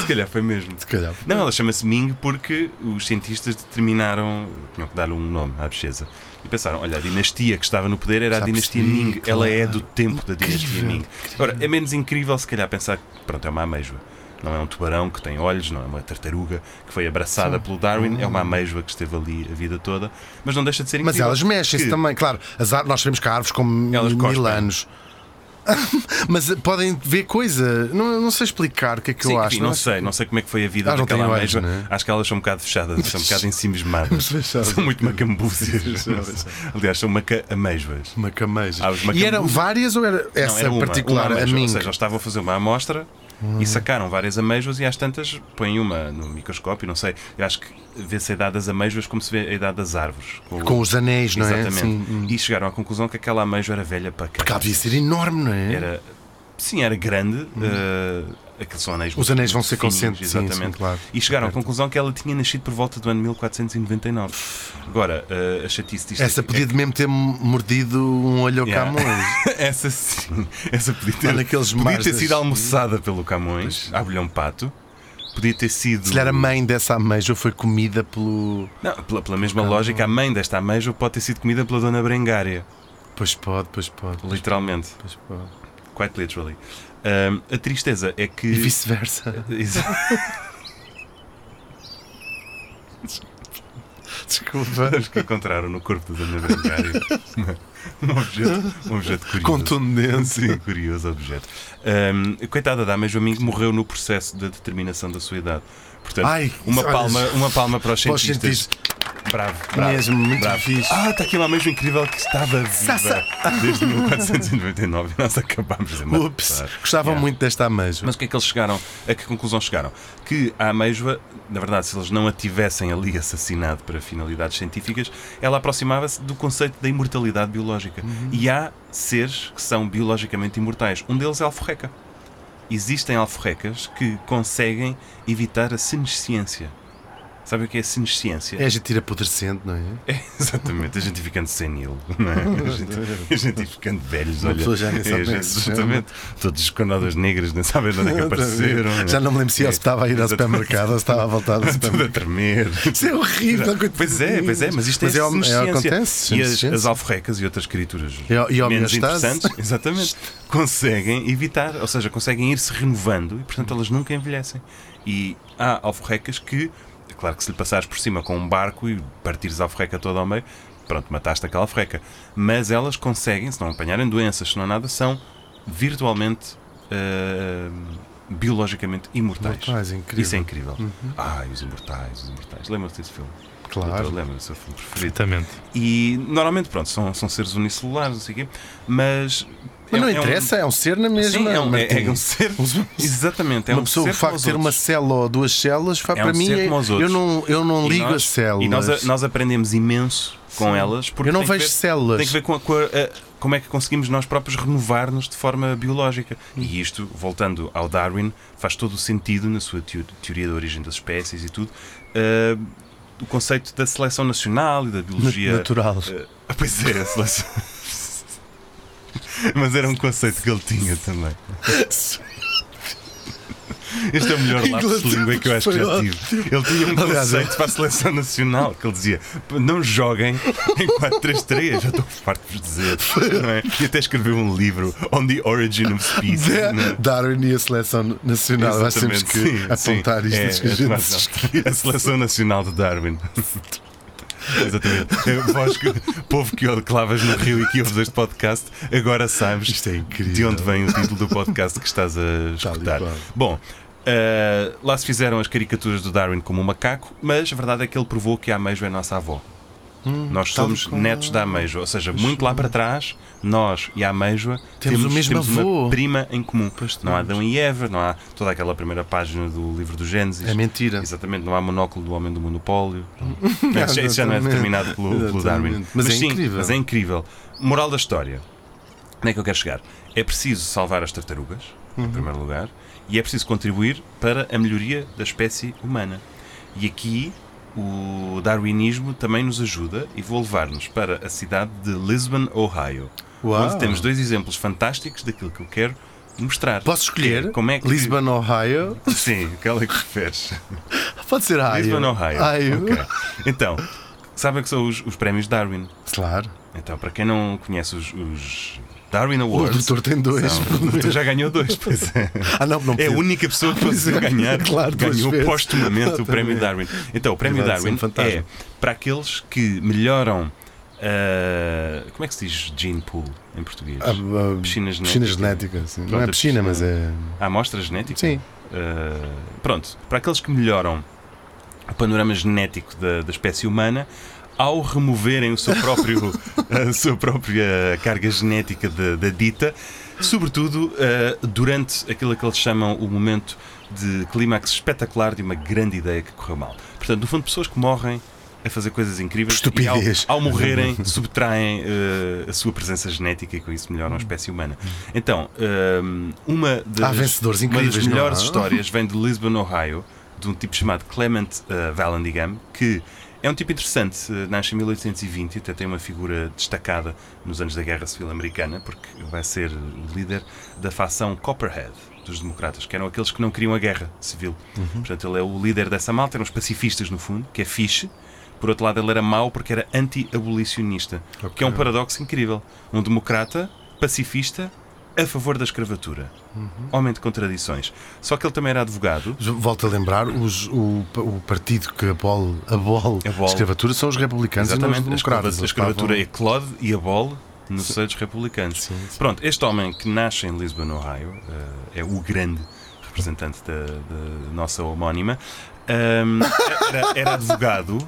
[SPEAKER 1] Se calhar foi mesmo.
[SPEAKER 3] Se calhar.
[SPEAKER 1] Não, ela chama-se Ming porque os cientistas determinaram, tinham que dar-lhe um nome à bexesa. E pensaram, olha, a dinastia que estava no poder era a
[SPEAKER 3] Já
[SPEAKER 1] dinastia
[SPEAKER 3] percebi,
[SPEAKER 1] Ming.
[SPEAKER 3] claro.
[SPEAKER 1] Ela é do tempo da dinastia
[SPEAKER 3] Incrível,
[SPEAKER 1] Ming. Ora, é menos incrível se calhar pensar que, pronto, é uma amêijoa. Não é um tubarão que tem olhos, não é uma tartaruga que foi abraçada pelo Darwin, é uma amêijoa que esteve ali a vida toda, mas não deixa de ser incrível.
[SPEAKER 3] Hum. Mas elas mexem-se
[SPEAKER 1] que-
[SPEAKER 3] também, claro. As ar- nós sabemos que há árvores com
[SPEAKER 1] Elas
[SPEAKER 3] mil
[SPEAKER 1] cospem.
[SPEAKER 3] anos. Mas eh, podem ver coisa. Não, não sei explicar o que é que
[SPEAKER 1] Sim,
[SPEAKER 3] eu
[SPEAKER 1] enfim,
[SPEAKER 3] acho.
[SPEAKER 1] não sei, não sei como é que foi a vida
[SPEAKER 3] Ah, não
[SPEAKER 1] daquela
[SPEAKER 3] tem olhos,
[SPEAKER 1] amêijoa.
[SPEAKER 3] né?
[SPEAKER 1] Acho que elas são um bocado fechadas, são um bocado ensimismadas.
[SPEAKER 3] Fechadas.
[SPEAKER 1] são muito macambúzias. Aliás, são maca-amêijoas.
[SPEAKER 3] Uma cameja.
[SPEAKER 1] Ah, os macambúzios.
[SPEAKER 3] e eram várias ou era essa
[SPEAKER 1] era uma,
[SPEAKER 3] particular?
[SPEAKER 1] uma
[SPEAKER 3] a Hum.
[SPEAKER 1] amêijoa.
[SPEAKER 3] mim.
[SPEAKER 1] Ou seja, eles estavam a fazer uma amostra e sacaram várias amêijoas e às tantas põem uma no microscópio, não sei. Eu acho que vê-se a idade das amêijoas como se vê a idade das árvores.
[SPEAKER 3] Com os anéis, não é?
[SPEAKER 1] Exatamente.
[SPEAKER 3] Sim.
[SPEAKER 1] E chegaram à conclusão que aquela amêijoa era velha para cá.
[SPEAKER 3] Cá devia ser enorme, não é?
[SPEAKER 1] Era, sim, era grande. eh, aqueles são anéis
[SPEAKER 3] Uhum. Os anéis vão ser
[SPEAKER 1] fininhos,
[SPEAKER 3] conscientes, sim,
[SPEAKER 1] exatamente.
[SPEAKER 3] sim, claro.
[SPEAKER 1] E chegaram à conclusão que ela tinha nascido por volta do ano 1499. Agora, eh, a chatice disto
[SPEAKER 3] Essa
[SPEAKER 1] é que-
[SPEAKER 3] podia de mesmo ter mordido um olho ao
[SPEAKER 1] Yeah.
[SPEAKER 3] Camões.
[SPEAKER 1] essa sim. Essa podia ter,
[SPEAKER 3] Ou naqueles
[SPEAKER 1] podia ter
[SPEAKER 3] mares
[SPEAKER 1] sido
[SPEAKER 3] das-
[SPEAKER 1] almoçada pelo Camões, a abelhão pato. Podia ter sido.
[SPEAKER 3] Se lhe era mãe dessa ameixa, foi comida pelo.
[SPEAKER 1] Não, pela, pela mesma lógica, a mãe desta ameijo pode ter sido comida pela dona Brengária.
[SPEAKER 3] Pois pode, pois pode.
[SPEAKER 1] Literalmente.
[SPEAKER 3] Pois pode.
[SPEAKER 1] Quite literally. Ahm, a tristeza é que.
[SPEAKER 3] E vice-versa.
[SPEAKER 1] Exato.
[SPEAKER 3] Desculpa.
[SPEAKER 1] Acho que encontraram no corpo da Dona Brancaria um objeto, um objeto curioso.
[SPEAKER 3] Contundente.
[SPEAKER 1] Sim, um curioso objeto. Ahm, coitada da Améjo Domingo morreu no processo de determinação da sua idade. Portanto,
[SPEAKER 3] Ai,
[SPEAKER 1] uma,
[SPEAKER 3] olha,
[SPEAKER 1] palma, uma palma para os
[SPEAKER 3] para os
[SPEAKER 1] cientistas. Bravo, bravo.
[SPEAKER 3] Mesmo, muito
[SPEAKER 1] bravo.
[SPEAKER 3] fixe.
[SPEAKER 1] Ah, está aqui uma Améjo incrível que estava viva
[SPEAKER 3] Sassa.
[SPEAKER 1] desde 1499 e nós acabámos de matar.
[SPEAKER 3] Ups. Gostavam
[SPEAKER 1] Yeah.
[SPEAKER 3] muito desta ameixa.
[SPEAKER 1] Mas o que é que eles chegaram? A que conclusão chegaram? Que a amêijoa, na verdade, se eles não a tivessem ali assassinado para finalidades científicas, ela aproximava-se do conceito da imortalidade biológica. E há seres que são biologicamente imortais. Um deles é a alforreca. Existem alforrecas que conseguem evitar a senesciência. Sabe o que é senesciência?
[SPEAKER 3] É a gente ir apodrecendo, não é?
[SPEAKER 1] É, exatamente, a gente ficando senil, não é? A gente, a gente ficando velhos,
[SPEAKER 3] Uma
[SPEAKER 1] olha.
[SPEAKER 3] pessoa já nem sabe
[SPEAKER 1] é, a
[SPEAKER 3] bem
[SPEAKER 1] gente,
[SPEAKER 3] se chama.
[SPEAKER 1] exatamente. Todos os cornadas negras nem sabem de onde é que apareceram. é?
[SPEAKER 3] Já não me lembro se eu
[SPEAKER 1] É,
[SPEAKER 3] estava a ir ao
[SPEAKER 1] exatamente.
[SPEAKER 3] supermercado ou se estava a voltar do
[SPEAKER 1] Tudo a
[SPEAKER 3] supermercado.
[SPEAKER 1] tremer.
[SPEAKER 3] Isso é horrível.
[SPEAKER 1] Pois é, pois é, mas isto
[SPEAKER 3] Mas
[SPEAKER 1] é,
[SPEAKER 3] é o- é o que
[SPEAKER 1] senescência.
[SPEAKER 3] acontece,
[SPEAKER 1] E as,
[SPEAKER 3] senescência.
[SPEAKER 1] as alforrecas e outras criaturas
[SPEAKER 3] E a- e a
[SPEAKER 1] menos
[SPEAKER 3] homeostase.
[SPEAKER 1] interessantes, exatamente, conseguem evitar, ou seja, conseguem ir se renovando e, portanto, elas nunca envelhecem. E há alforrecas que, é claro que se lhe passares por cima com um barco e partires a alforreca toda ao meio, pronto, mataste aquela alforreca. Mas elas conseguem, se não apanharem doenças, se não há nada, são virtualmente. ah, biologicamente imortais.
[SPEAKER 3] Imortais, incrível.
[SPEAKER 1] Isso é incrível.
[SPEAKER 3] Uhum.
[SPEAKER 1] Ai, os imortais, os imortais. Lembram-se desse filme?
[SPEAKER 3] Claro.
[SPEAKER 1] Lembra-me do seu filme preferido.
[SPEAKER 2] Perfeitamente.
[SPEAKER 1] E normalmente, pronto, são, são seres unicelulares, não sei o quê, mas.
[SPEAKER 3] Mas
[SPEAKER 1] é-
[SPEAKER 3] não
[SPEAKER 1] é um-
[SPEAKER 3] interessa, é um ser na
[SPEAKER 1] Sim,
[SPEAKER 3] mesma.
[SPEAKER 1] é um, é- é um
[SPEAKER 3] Martim.
[SPEAKER 1] ser. Exatamente, é
[SPEAKER 3] uma
[SPEAKER 1] um
[SPEAKER 3] pessoa,
[SPEAKER 1] ser
[SPEAKER 3] o facto
[SPEAKER 1] como os
[SPEAKER 3] de ter uma
[SPEAKER 1] outros.
[SPEAKER 3] célula ou duas células, fa-
[SPEAKER 1] É um
[SPEAKER 3] para mim,
[SPEAKER 1] ser
[SPEAKER 3] é-
[SPEAKER 1] como os
[SPEAKER 3] eu
[SPEAKER 1] outras.
[SPEAKER 3] não, eu não
[SPEAKER 1] E
[SPEAKER 3] ligo
[SPEAKER 1] nós-
[SPEAKER 3] as células.
[SPEAKER 1] E nós, a- nós aprendemos imenso com elas porque
[SPEAKER 3] eu não
[SPEAKER 1] tem que
[SPEAKER 3] vejo
[SPEAKER 1] ver-
[SPEAKER 3] células.
[SPEAKER 1] Tem que ver com, a- com a- a- como é que conseguimos nós próprios renovar-nos de forma biológica.
[SPEAKER 3] Hum.
[SPEAKER 1] E isto, voltando ao Darwin, faz todo o sentido na sua teo- teoria da origem das espécies e tudo. ah, o conceito da seleção nacional e da biologia
[SPEAKER 3] Natural.
[SPEAKER 1] ah, pois é, a seleção. Mas era um conceito que ele tinha também. Este é o melhor lápis de
[SPEAKER 3] Inglaterra
[SPEAKER 1] língua que eu acho que já
[SPEAKER 3] foi
[SPEAKER 1] tive. Ele tinha um
[SPEAKER 3] Aliás,
[SPEAKER 1] conceito para a seleção nacional que ele dizia: não joguem em 4-3-3, já estou farto de vos dizer. não é? E até escreveu um livro On the Origin of Species. não é?
[SPEAKER 3] Da- Darwin e a seleção nacional. Nós temos que
[SPEAKER 1] Exatamente, sim,
[SPEAKER 3] apontar
[SPEAKER 1] sim.
[SPEAKER 3] isto
[SPEAKER 1] É,
[SPEAKER 3] antes que a
[SPEAKER 1] é,
[SPEAKER 3] gente
[SPEAKER 1] mas
[SPEAKER 3] se
[SPEAKER 1] não.
[SPEAKER 3] esqueça.
[SPEAKER 1] A seleção nacional de Darwin. Exatamente. É, Vós, que- povo que odclavas no Rio e que ouves este podcast, agora sabes
[SPEAKER 3] Isto é incrível.
[SPEAKER 1] de onde vem o título do podcast que estás a
[SPEAKER 3] Tal e
[SPEAKER 1] escutar.
[SPEAKER 3] qual.
[SPEAKER 1] Bom, ah, lá se fizeram as caricaturas do Darwin como um macaco, mas a verdade é que ele provou que a ameijo é nossa avó. nós
[SPEAKER 3] Hum, tal e
[SPEAKER 1] somos
[SPEAKER 3] qual.
[SPEAKER 1] netos da ameijoa, ou seja, muito lá para trás, nós e a ameijoa
[SPEAKER 3] Temos o mesmo
[SPEAKER 1] uma
[SPEAKER 3] avô.
[SPEAKER 1] prima em comum. não há Adão e Eva, não há toda aquela primeira página do livro do Gênesis.
[SPEAKER 3] É mentira.
[SPEAKER 1] Exatamente, não há monóculo do homem do monopólio. Não, isso já- isso já não é
[SPEAKER 3] Exatamente.
[SPEAKER 1] determinado pelo, pelo
[SPEAKER 3] Exatamente.
[SPEAKER 1] Darwin.
[SPEAKER 3] Mas é
[SPEAKER 1] sim,
[SPEAKER 3] incrível.
[SPEAKER 1] Mas é incrível. Moral da história. Onde é que eu quero chegar? É preciso salvar as tartarugas.
[SPEAKER 3] Uhum.
[SPEAKER 1] em primeiro lugar, e é preciso contribuir para a melhoria da espécie humana. E aqui o darwinismo também nos ajuda e vou levar-nos para a cidade de Lisbon, Ohio,
[SPEAKER 3] Uau.
[SPEAKER 1] onde temos dois exemplos fantásticos daquilo que eu quero mostrar.
[SPEAKER 3] Posso escolher?
[SPEAKER 1] Como é que...
[SPEAKER 3] Lisbon, Ohio?
[SPEAKER 1] Sim, aquela que preferes.
[SPEAKER 3] Pode ser Ohio.
[SPEAKER 1] Lisbon, Ohio.
[SPEAKER 3] Ohio.
[SPEAKER 1] Ok. Então, sabem que são os, os prémios Darwin.
[SPEAKER 3] Claro.
[SPEAKER 1] Então, para quem não conhece os, os Darwin
[SPEAKER 3] O
[SPEAKER 1] Awards.
[SPEAKER 3] doutor tem dois.
[SPEAKER 1] são- o doutor já ganhou dois, pois é.
[SPEAKER 3] Ah, não, não
[SPEAKER 1] É a
[SPEAKER 3] podia.
[SPEAKER 1] única pessoa que
[SPEAKER 3] Pois
[SPEAKER 1] conseguiu
[SPEAKER 3] é,
[SPEAKER 1] ganhar.
[SPEAKER 3] claro, duas
[SPEAKER 1] ganhou
[SPEAKER 3] vezes.
[SPEAKER 1] postumamente o
[SPEAKER 3] Exatamente.
[SPEAKER 1] Prémio Darwin. Então, o Prémio
[SPEAKER 3] Verdade,
[SPEAKER 1] Darwin
[SPEAKER 3] sim, fantasma.
[SPEAKER 1] é para aqueles que melhoram. ah, como é que se diz gene pool em português?
[SPEAKER 3] Ah, ah,
[SPEAKER 1] Piscina genética.
[SPEAKER 3] Piscina genética, sim. Não é
[SPEAKER 1] Pronto, a piscina-
[SPEAKER 3] piscina, mas é.
[SPEAKER 1] A amostra genética?
[SPEAKER 3] Sim.
[SPEAKER 1] Uh, pronto, para aqueles que melhoram o panorama genético da, da espécie humana, ao removerem o seu próprio, a sua própria carga genética da, da dita, sobretudo uh, durante aquilo que eles chamam o momento de clímax espetacular de uma grande ideia que correu mal. Portanto, no fundo, pessoas que morrem a fazer coisas incríveis
[SPEAKER 3] Estupidez.
[SPEAKER 1] e ao, ao morrerem subtraem uh, a sua presença genética e com isso melhoram a espécie humana. Então, um, uma das,
[SPEAKER 3] Há vencedores incríveis,
[SPEAKER 1] uma das
[SPEAKER 3] não
[SPEAKER 1] melhores
[SPEAKER 3] há?
[SPEAKER 1] histórias vem de Lisbon, Ohio, de um tipo chamado Clement uh, Vallandigham, que é um tipo interessante, uh, nasce em 1820, até tem uma figura destacada nos anos da Guerra Civil Americana, porque vai ser líder da facção Copperhead dos democratas, que eram aqueles que não queriam a guerra civil.
[SPEAKER 3] Uhum.
[SPEAKER 1] Portanto, ele é o líder dessa malta, eram os pacifistas no fundo, que é fixe. Por outro lado, ele era mau porque era anti-abolicionista, que é um paradoxo incrível. Um democrata, pacifista, a favor da escravatura. Homem de contradições. Só que ele também era advogado.
[SPEAKER 3] Volto a lembrar, os- o, o partido que abole, abole a
[SPEAKER 1] Abole.
[SPEAKER 3] escravatura são os republicanos e
[SPEAKER 1] Exatamente,
[SPEAKER 3] não
[SPEAKER 1] a
[SPEAKER 3] os democratas.
[SPEAKER 1] escravatura, a escravatura é
[SPEAKER 3] Eles
[SPEAKER 1] Claude e a Bole nos Seios Republicanos.
[SPEAKER 3] Sim, sim.
[SPEAKER 1] Pronto, este homem que nasce em Lisbon, Ohio, eh, é o grande representante da, da nossa homónima, ahm, era, era advogado.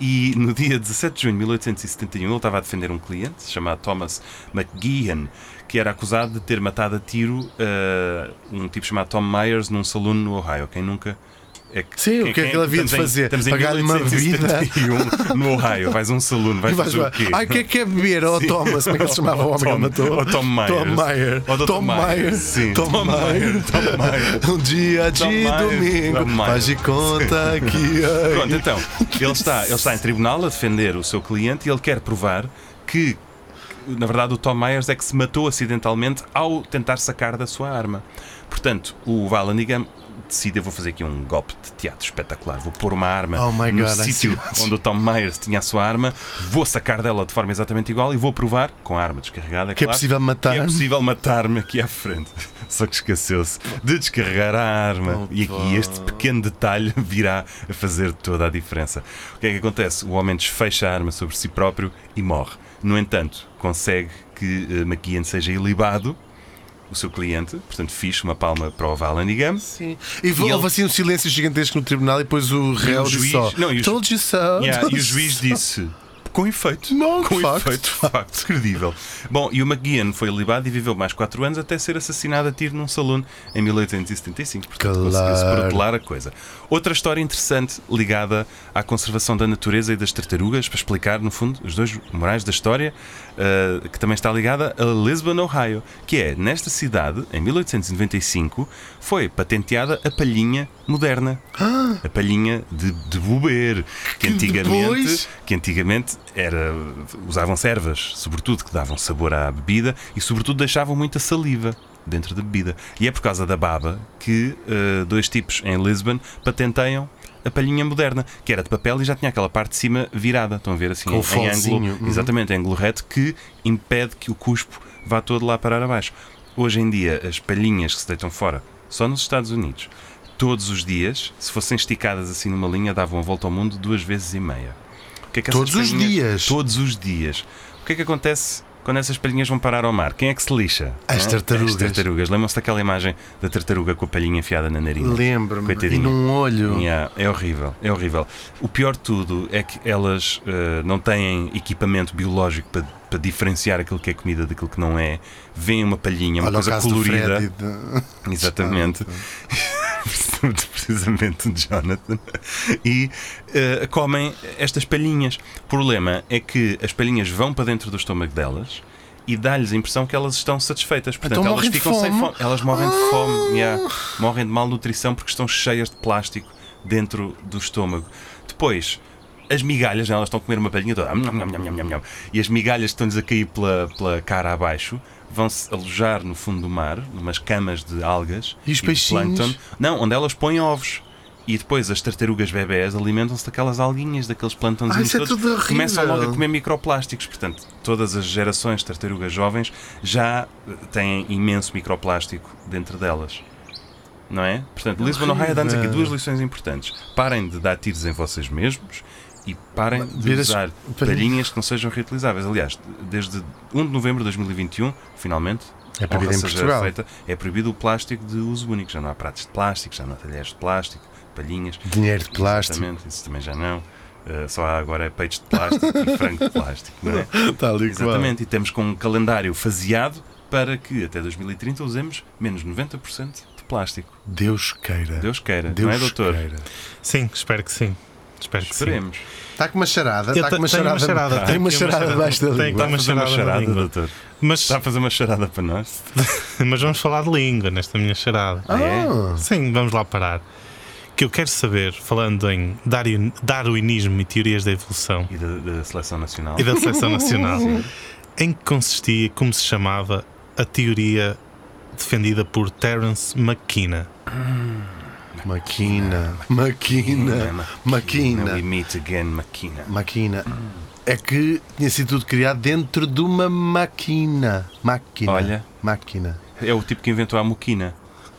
[SPEAKER 1] E no dia 17 de junho de 1871 ele estava a defender um cliente chamado Thomas McGeehan, que era acusado de ter matado a tiro eh, um tipo chamado Tom Myers num saloon no Ohio. Quem nunca. É que,
[SPEAKER 3] Sim, o que é que ele havia de
[SPEAKER 1] estamos em-
[SPEAKER 3] fazer?
[SPEAKER 1] estamos em
[SPEAKER 3] Pagar-lhe uma bebida?
[SPEAKER 1] 1871 no Ohio, vais a um saloon, vais
[SPEAKER 3] E vais
[SPEAKER 1] fazer
[SPEAKER 3] lá,
[SPEAKER 1] o quê?
[SPEAKER 3] Ai, o que é que é beber? Oh, Thomas, como é que ele se chamava o homem que ele matou?
[SPEAKER 1] Ou Tom Myers.
[SPEAKER 3] Tom Meyer.
[SPEAKER 1] Ou Dr.
[SPEAKER 3] Tom
[SPEAKER 1] Myers.
[SPEAKER 3] Meyer.
[SPEAKER 1] Sim.
[SPEAKER 3] Tom Meyer.
[SPEAKER 1] Tom Meyer.
[SPEAKER 3] Um dia de
[SPEAKER 1] Tom Meyer. Tom
[SPEAKER 3] domingo,
[SPEAKER 1] Meyer.
[SPEAKER 3] faz de conta que. ai.
[SPEAKER 1] Pronto, então, ele está, ele está em tribunal a defender o seu cliente e ele quer provar que, na verdade, o Tom Myers é que se matou acidentalmente ao tentar sacar da sua arma. Portanto, o Valanigan decide, eu vou fazer aqui um golpe de teatro espetacular, vou pôr uma arma
[SPEAKER 3] Oh my
[SPEAKER 1] no
[SPEAKER 3] God, I
[SPEAKER 1] sítio
[SPEAKER 3] see.
[SPEAKER 1] onde o Tom Myers tinha a sua arma, vou sacar dela de forma exatamente igual e vou provar, com a arma descarregada,
[SPEAKER 3] Que é
[SPEAKER 1] claro,
[SPEAKER 3] possível
[SPEAKER 1] que é
[SPEAKER 3] matar-me.
[SPEAKER 1] possível matar-me aqui à frente. Só que esqueceu-se de descarregar a arma. e aqui este pequeno detalhe virá a fazer toda a diferença. O que é que acontece? O homem desfecha a arma sobre si próprio e morre. No entanto, consegue que eh, McKeon seja ilibado, o seu cliente, portanto, fixe, uma palma para o Valanigan.
[SPEAKER 3] Sim. E houve
[SPEAKER 1] ele-
[SPEAKER 3] assim um silêncio gigantesco no tribunal e depois o réu
[SPEAKER 1] o
[SPEAKER 3] disse
[SPEAKER 1] juiz-
[SPEAKER 3] só.
[SPEAKER 1] não, e o ju-
[SPEAKER 3] Told you so.
[SPEAKER 1] Yeah,
[SPEAKER 3] told
[SPEAKER 1] e o
[SPEAKER 3] you
[SPEAKER 1] juiz
[SPEAKER 3] so."
[SPEAKER 1] disse. Com efeito.
[SPEAKER 3] Não,
[SPEAKER 1] com
[SPEAKER 3] de facto,
[SPEAKER 1] efeito, de facto, credível. Bom, e o McGuian foi libado e viveu mais 4 anos até ser assassinado a tiro num saloon em 1875. Portanto,
[SPEAKER 3] Claro.
[SPEAKER 1] conseguiu-se protelar a coisa. Outra história interessante ligada à conservação da natureza e das tartarugas, para explicar, no fundo, os dois morais da história, eh, que também está ligada a Lisbon, Ohio, que é, nesta cidade, em 1895, foi patenteada a palhinha moderna. A palhinha de, de bober, que antigamente,
[SPEAKER 3] depois-
[SPEAKER 1] que antigamente era, usavam servas, sobretudo, que davam sabor à bebida e, sobretudo, deixavam muita saliva dentro da bebida. E é por causa da baba que eh, dois tipos em Lisbon patenteiam a palhinha moderna, que era de papel e já tinha aquela parte de cima virada. Estão a ver assim,
[SPEAKER 3] Com o
[SPEAKER 1] em
[SPEAKER 3] folzinho,
[SPEAKER 1] ângulo,
[SPEAKER 3] uhum.
[SPEAKER 1] exatamente, em ângulo reto, que impede que o cuspo vá todo lá parar abaixo. Hoje em dia, as palhinhas que se deitam fora, só nos Estados Unidos, todos os dias, se fossem esticadas assim numa linha, davam a volta ao mundo duas vezes e meia. O que é que essas
[SPEAKER 3] Todos os
[SPEAKER 1] palhinhas-
[SPEAKER 3] dias?
[SPEAKER 1] Todos os dias. O que é que acontece quando essas palhinhas vão parar ao mar? Quem é que se lixa?
[SPEAKER 3] As
[SPEAKER 1] Não é?
[SPEAKER 3] tartarugas.
[SPEAKER 1] As tartarugas. Lembram-se daquela imagem da tartaruga com a palhinha enfiada na narina?
[SPEAKER 3] Lembro-me. E
[SPEAKER 1] Coitadinha.
[SPEAKER 3] num olho.
[SPEAKER 1] Yeah, é horrível, é horrível. O pior de tudo é que elas eh, não têm equipamento biológico para, para diferenciar aquilo que é comida daquilo que não é. Vêem uma palhinha, uma
[SPEAKER 3] Olha o
[SPEAKER 1] coisa
[SPEAKER 3] caso do
[SPEAKER 1] colorida.
[SPEAKER 3] Fred Ah, e de-
[SPEAKER 1] Exatamente. Precisamente de Jonathan. E eh, comem estas palhinhas. O problema é que as palhinhas vão para dentro do estômago delas e dá-lhes a impressão que elas estão satisfeitas. Portanto,
[SPEAKER 3] Então
[SPEAKER 1] elas
[SPEAKER 3] morrem de
[SPEAKER 1] ficam sem
[SPEAKER 3] fome. Ah.
[SPEAKER 1] fome. Elas morrem de fome, yeah. morrem de malnutrição porque estão cheias de plástico dentro do estômago. Depois, as migalhas, elas estão a comer uma palhinha toda, nham, nham, nham, nham, nham, nham. e as migalhas que estão-lhes a cair pela, pela cara abaixo. Vão-se alojar no fundo do mar, numas camas de algas
[SPEAKER 3] E os
[SPEAKER 1] de
[SPEAKER 3] peixinhos?
[SPEAKER 1] plâncton. Não, onde elas põem ovos. E depois as tartarugas bebés alimentam-se daquelas alguinhas, daqueles plântons
[SPEAKER 3] Ah, isso é tudo horrível.
[SPEAKER 1] Começam logo a comer microplásticos. Portanto, todas as gerações de tartarugas jovens já eh, têm imenso microplástico dentro delas. Não é? Portanto, Lisbon, Ohio, dá-nos aqui duas lições importantes. Parem de dar tiros em vocês mesmos e parem de
[SPEAKER 3] Ver as
[SPEAKER 1] usar
[SPEAKER 3] palhinhas.
[SPEAKER 1] palhinhas que não sejam reutilizáveis. Aliás, desde 1 de novembro de 2021, finalmente,
[SPEAKER 3] É proibido
[SPEAKER 1] honra
[SPEAKER 3] em
[SPEAKER 1] seja
[SPEAKER 3] Portugal.
[SPEAKER 1] feita, é proibido o plástico de uso único. Já não há pratos de plástico, já não há talheres de plástico, palhinhas.
[SPEAKER 3] Dinheiro de plástico.
[SPEAKER 1] Exatamente, isso também já não. Eh, só há agora peitos de plástico e frango de plástico, não é?
[SPEAKER 3] Está ali
[SPEAKER 1] Exatamente, e temos com um calendário faseado para que até 2030 usemos menos 90% de plástico.
[SPEAKER 3] Deus queira.
[SPEAKER 1] Deus queira,
[SPEAKER 3] Deus
[SPEAKER 1] não é, doutor?
[SPEAKER 3] queira.
[SPEAKER 2] Sim, espero que sim. Espero que
[SPEAKER 1] Esperemos.
[SPEAKER 3] Está com uma charada.
[SPEAKER 2] sim. Eu
[SPEAKER 3] Está com
[SPEAKER 2] te-
[SPEAKER 3] uma
[SPEAKER 2] tenho
[SPEAKER 3] charada. tá- Tem uma charada debaixo da
[SPEAKER 2] Tenho-
[SPEAKER 3] língua.
[SPEAKER 2] tenho uma
[SPEAKER 1] Fazer uma
[SPEAKER 2] charada na
[SPEAKER 1] charada,
[SPEAKER 2] língua.
[SPEAKER 1] doutor.
[SPEAKER 2] Mas,
[SPEAKER 1] Está a fazer uma charada para nós?
[SPEAKER 2] mas vamos falar de língua nesta minha charada.
[SPEAKER 1] Ah, é?
[SPEAKER 2] Sim, vamos lá parar. Que eu quero saber, falando em darwin- darwinismo e teorias da evolução
[SPEAKER 1] E da, da seleção nacional.
[SPEAKER 2] e da seleção nacional, em que consistia, como se chamava, a teoria defendida por Terence McKenna.
[SPEAKER 3] Maquina.
[SPEAKER 1] é
[SPEAKER 3] Maquina. Maquina.
[SPEAKER 1] We meet again, Maquina.
[SPEAKER 3] Maquina. É que tinha sido tudo criado dentro de uma máquina. Máquina.
[SPEAKER 1] Olha.
[SPEAKER 3] Máquina.
[SPEAKER 1] É o tipo que inventou a Moquina.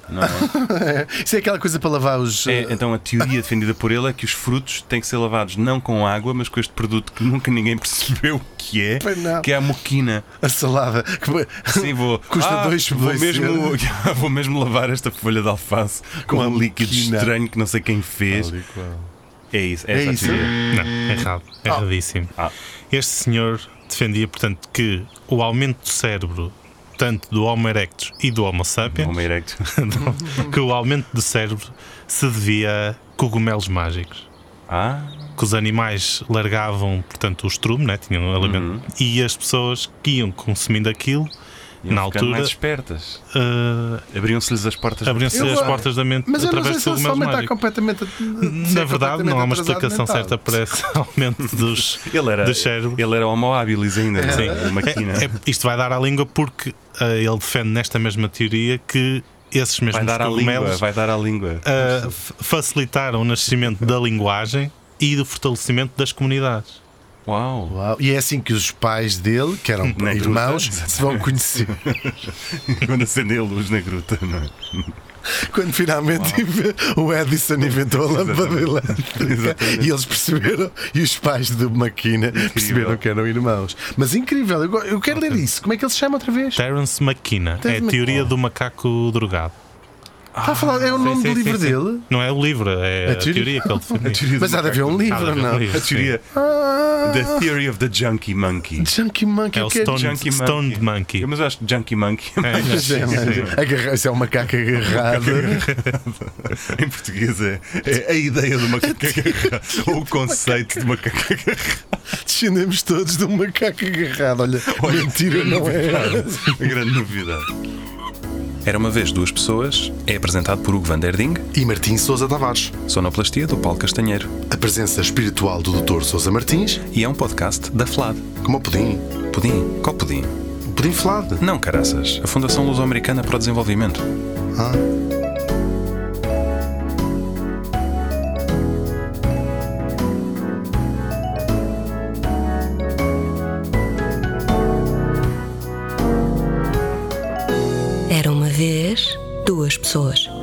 [SPEAKER 1] Não é?
[SPEAKER 3] Isso é aquela coisa para lavar os. eh,
[SPEAKER 1] É, então a teoria defendida por ele é que os frutos têm que ser lavados não com água, mas com este produto que nunca ninguém percebeu o que é,
[SPEAKER 3] Pois não.
[SPEAKER 1] que é a moquina.
[SPEAKER 3] A salada. Que-
[SPEAKER 1] Sim, vou.
[SPEAKER 3] Custa
[SPEAKER 1] ah,
[SPEAKER 3] dois
[SPEAKER 1] vou
[SPEAKER 3] dois
[SPEAKER 1] mesmo, vou mesmo lavar esta folha de alface com,
[SPEAKER 3] Com a
[SPEAKER 1] um líquido
[SPEAKER 3] moquina.
[SPEAKER 1] estranho que não sei quem fez. É isso, é,
[SPEAKER 3] É
[SPEAKER 1] essa a
[SPEAKER 3] isso.
[SPEAKER 1] teoria.
[SPEAKER 2] Não, errado. Erradíssimo.
[SPEAKER 1] Ah.
[SPEAKER 2] Este senhor defendia, portanto, que o aumento do cérebro, tanto do Homo erectus e do Homo sapiens,
[SPEAKER 1] Homo erectus.
[SPEAKER 2] que o aumento do cérebro se devia a cogumelos mágicos.
[SPEAKER 1] Ah,
[SPEAKER 2] Que os animais largavam, portanto, o estrume, né? tinham um alimento,
[SPEAKER 1] Uhum.
[SPEAKER 2] e as pessoas que iam consumindo aquilo,
[SPEAKER 1] iam ficando
[SPEAKER 2] na altura,
[SPEAKER 1] mais espertas.
[SPEAKER 2] eh,
[SPEAKER 1] Abriam-se-lhes as portas.
[SPEAKER 2] abriam-se
[SPEAKER 3] Eu
[SPEAKER 2] as
[SPEAKER 3] a-
[SPEAKER 2] portas da mente
[SPEAKER 3] Mas eu não sei
[SPEAKER 2] através
[SPEAKER 3] se ele
[SPEAKER 2] de
[SPEAKER 3] só tá
[SPEAKER 2] cogumelos
[SPEAKER 3] aumentar
[SPEAKER 2] mágicos.
[SPEAKER 3] completamente. a- ser
[SPEAKER 2] Na verdade, não há uma
[SPEAKER 3] tá completamente
[SPEAKER 2] explicação
[SPEAKER 3] atrasado
[SPEAKER 2] certa para esse aumento dos,
[SPEAKER 1] Ele era,
[SPEAKER 2] do cérebro.
[SPEAKER 1] ele era homo habilis ainda, não é?
[SPEAKER 2] Sim.
[SPEAKER 1] a maquina.
[SPEAKER 2] É- é- isto vai dar à língua porque ah, ele defende nesta mesma teoria que esses
[SPEAKER 1] vai
[SPEAKER 2] mesmos
[SPEAKER 1] dar à língua,
[SPEAKER 2] cogumelos
[SPEAKER 1] vai dar à língua.
[SPEAKER 2] ah, f- facilitaram o nascimento da linguagem e do fortalecimento das comunidades.
[SPEAKER 1] Uau!
[SPEAKER 3] Uau, E é assim que os pais dele, que eram
[SPEAKER 1] Na
[SPEAKER 3] irmãos,
[SPEAKER 1] gruta.
[SPEAKER 3] se vão conhecer.
[SPEAKER 1] Quando acendem a luz na gruta, não é?
[SPEAKER 3] Quando finalmente o Edison inventou a lâmpada elétrica
[SPEAKER 1] Exatamente.
[SPEAKER 3] e eles perceberam, e os pais do Maquina perceberam que eram irmãos. Mas incrível, eu, go- eu quero ler isso. Como é que ele se chama outra vez?
[SPEAKER 2] Terence McKenna é
[SPEAKER 3] Terence
[SPEAKER 2] a teoria
[SPEAKER 3] McKenna.
[SPEAKER 2] do macaco drogado.
[SPEAKER 3] Está a falar, é o nome do
[SPEAKER 2] Sim, sim,
[SPEAKER 3] livro
[SPEAKER 2] sim, sim.
[SPEAKER 3] dele.
[SPEAKER 2] Não é o livro, é
[SPEAKER 3] A
[SPEAKER 2] a
[SPEAKER 3] teoria.
[SPEAKER 2] teoria, que ele defende.
[SPEAKER 1] teoria
[SPEAKER 3] Mas
[SPEAKER 1] do
[SPEAKER 3] há de haver um livro,
[SPEAKER 2] Há de haver um
[SPEAKER 3] não?
[SPEAKER 2] livro.
[SPEAKER 1] A teoria.
[SPEAKER 3] Ah,
[SPEAKER 1] The Theory of the Junkie Monkey.
[SPEAKER 3] Junkie Monkey,
[SPEAKER 2] É o
[SPEAKER 3] que é
[SPEAKER 2] Stone,
[SPEAKER 1] Junkie Monkey.
[SPEAKER 2] Stoned Monkey.
[SPEAKER 1] Mas eu acho que Junkie Monkey é mais-
[SPEAKER 2] É,
[SPEAKER 3] Sim, Agarra- Isso é um macaco agarrado.
[SPEAKER 1] em português é, é a ideia do macaco agarrado, ou o conceito de macaco agarrado.
[SPEAKER 3] Descendemos todos de um macaco agarrado. Olha, mentira, não é?
[SPEAKER 1] A grande novidade. Era uma vez duas pessoas, é apresentado por Hugo Van Der Ding,
[SPEAKER 3] E Martim Souza Tavares,
[SPEAKER 1] sonoplastia do Paulo Castanheiro,
[SPEAKER 3] a presença espiritual do Dr. Souza Martins,
[SPEAKER 1] e é um podcast da FLAD.
[SPEAKER 3] como o pudim,
[SPEAKER 1] Pudim, qual pudim?
[SPEAKER 3] o pudim flado.
[SPEAKER 1] Não, caraças, a Fundação Luso-Americana para o Desenvolvimento.
[SPEAKER 3] Ah.
[SPEAKER 5] Era uma vez duas pessoas.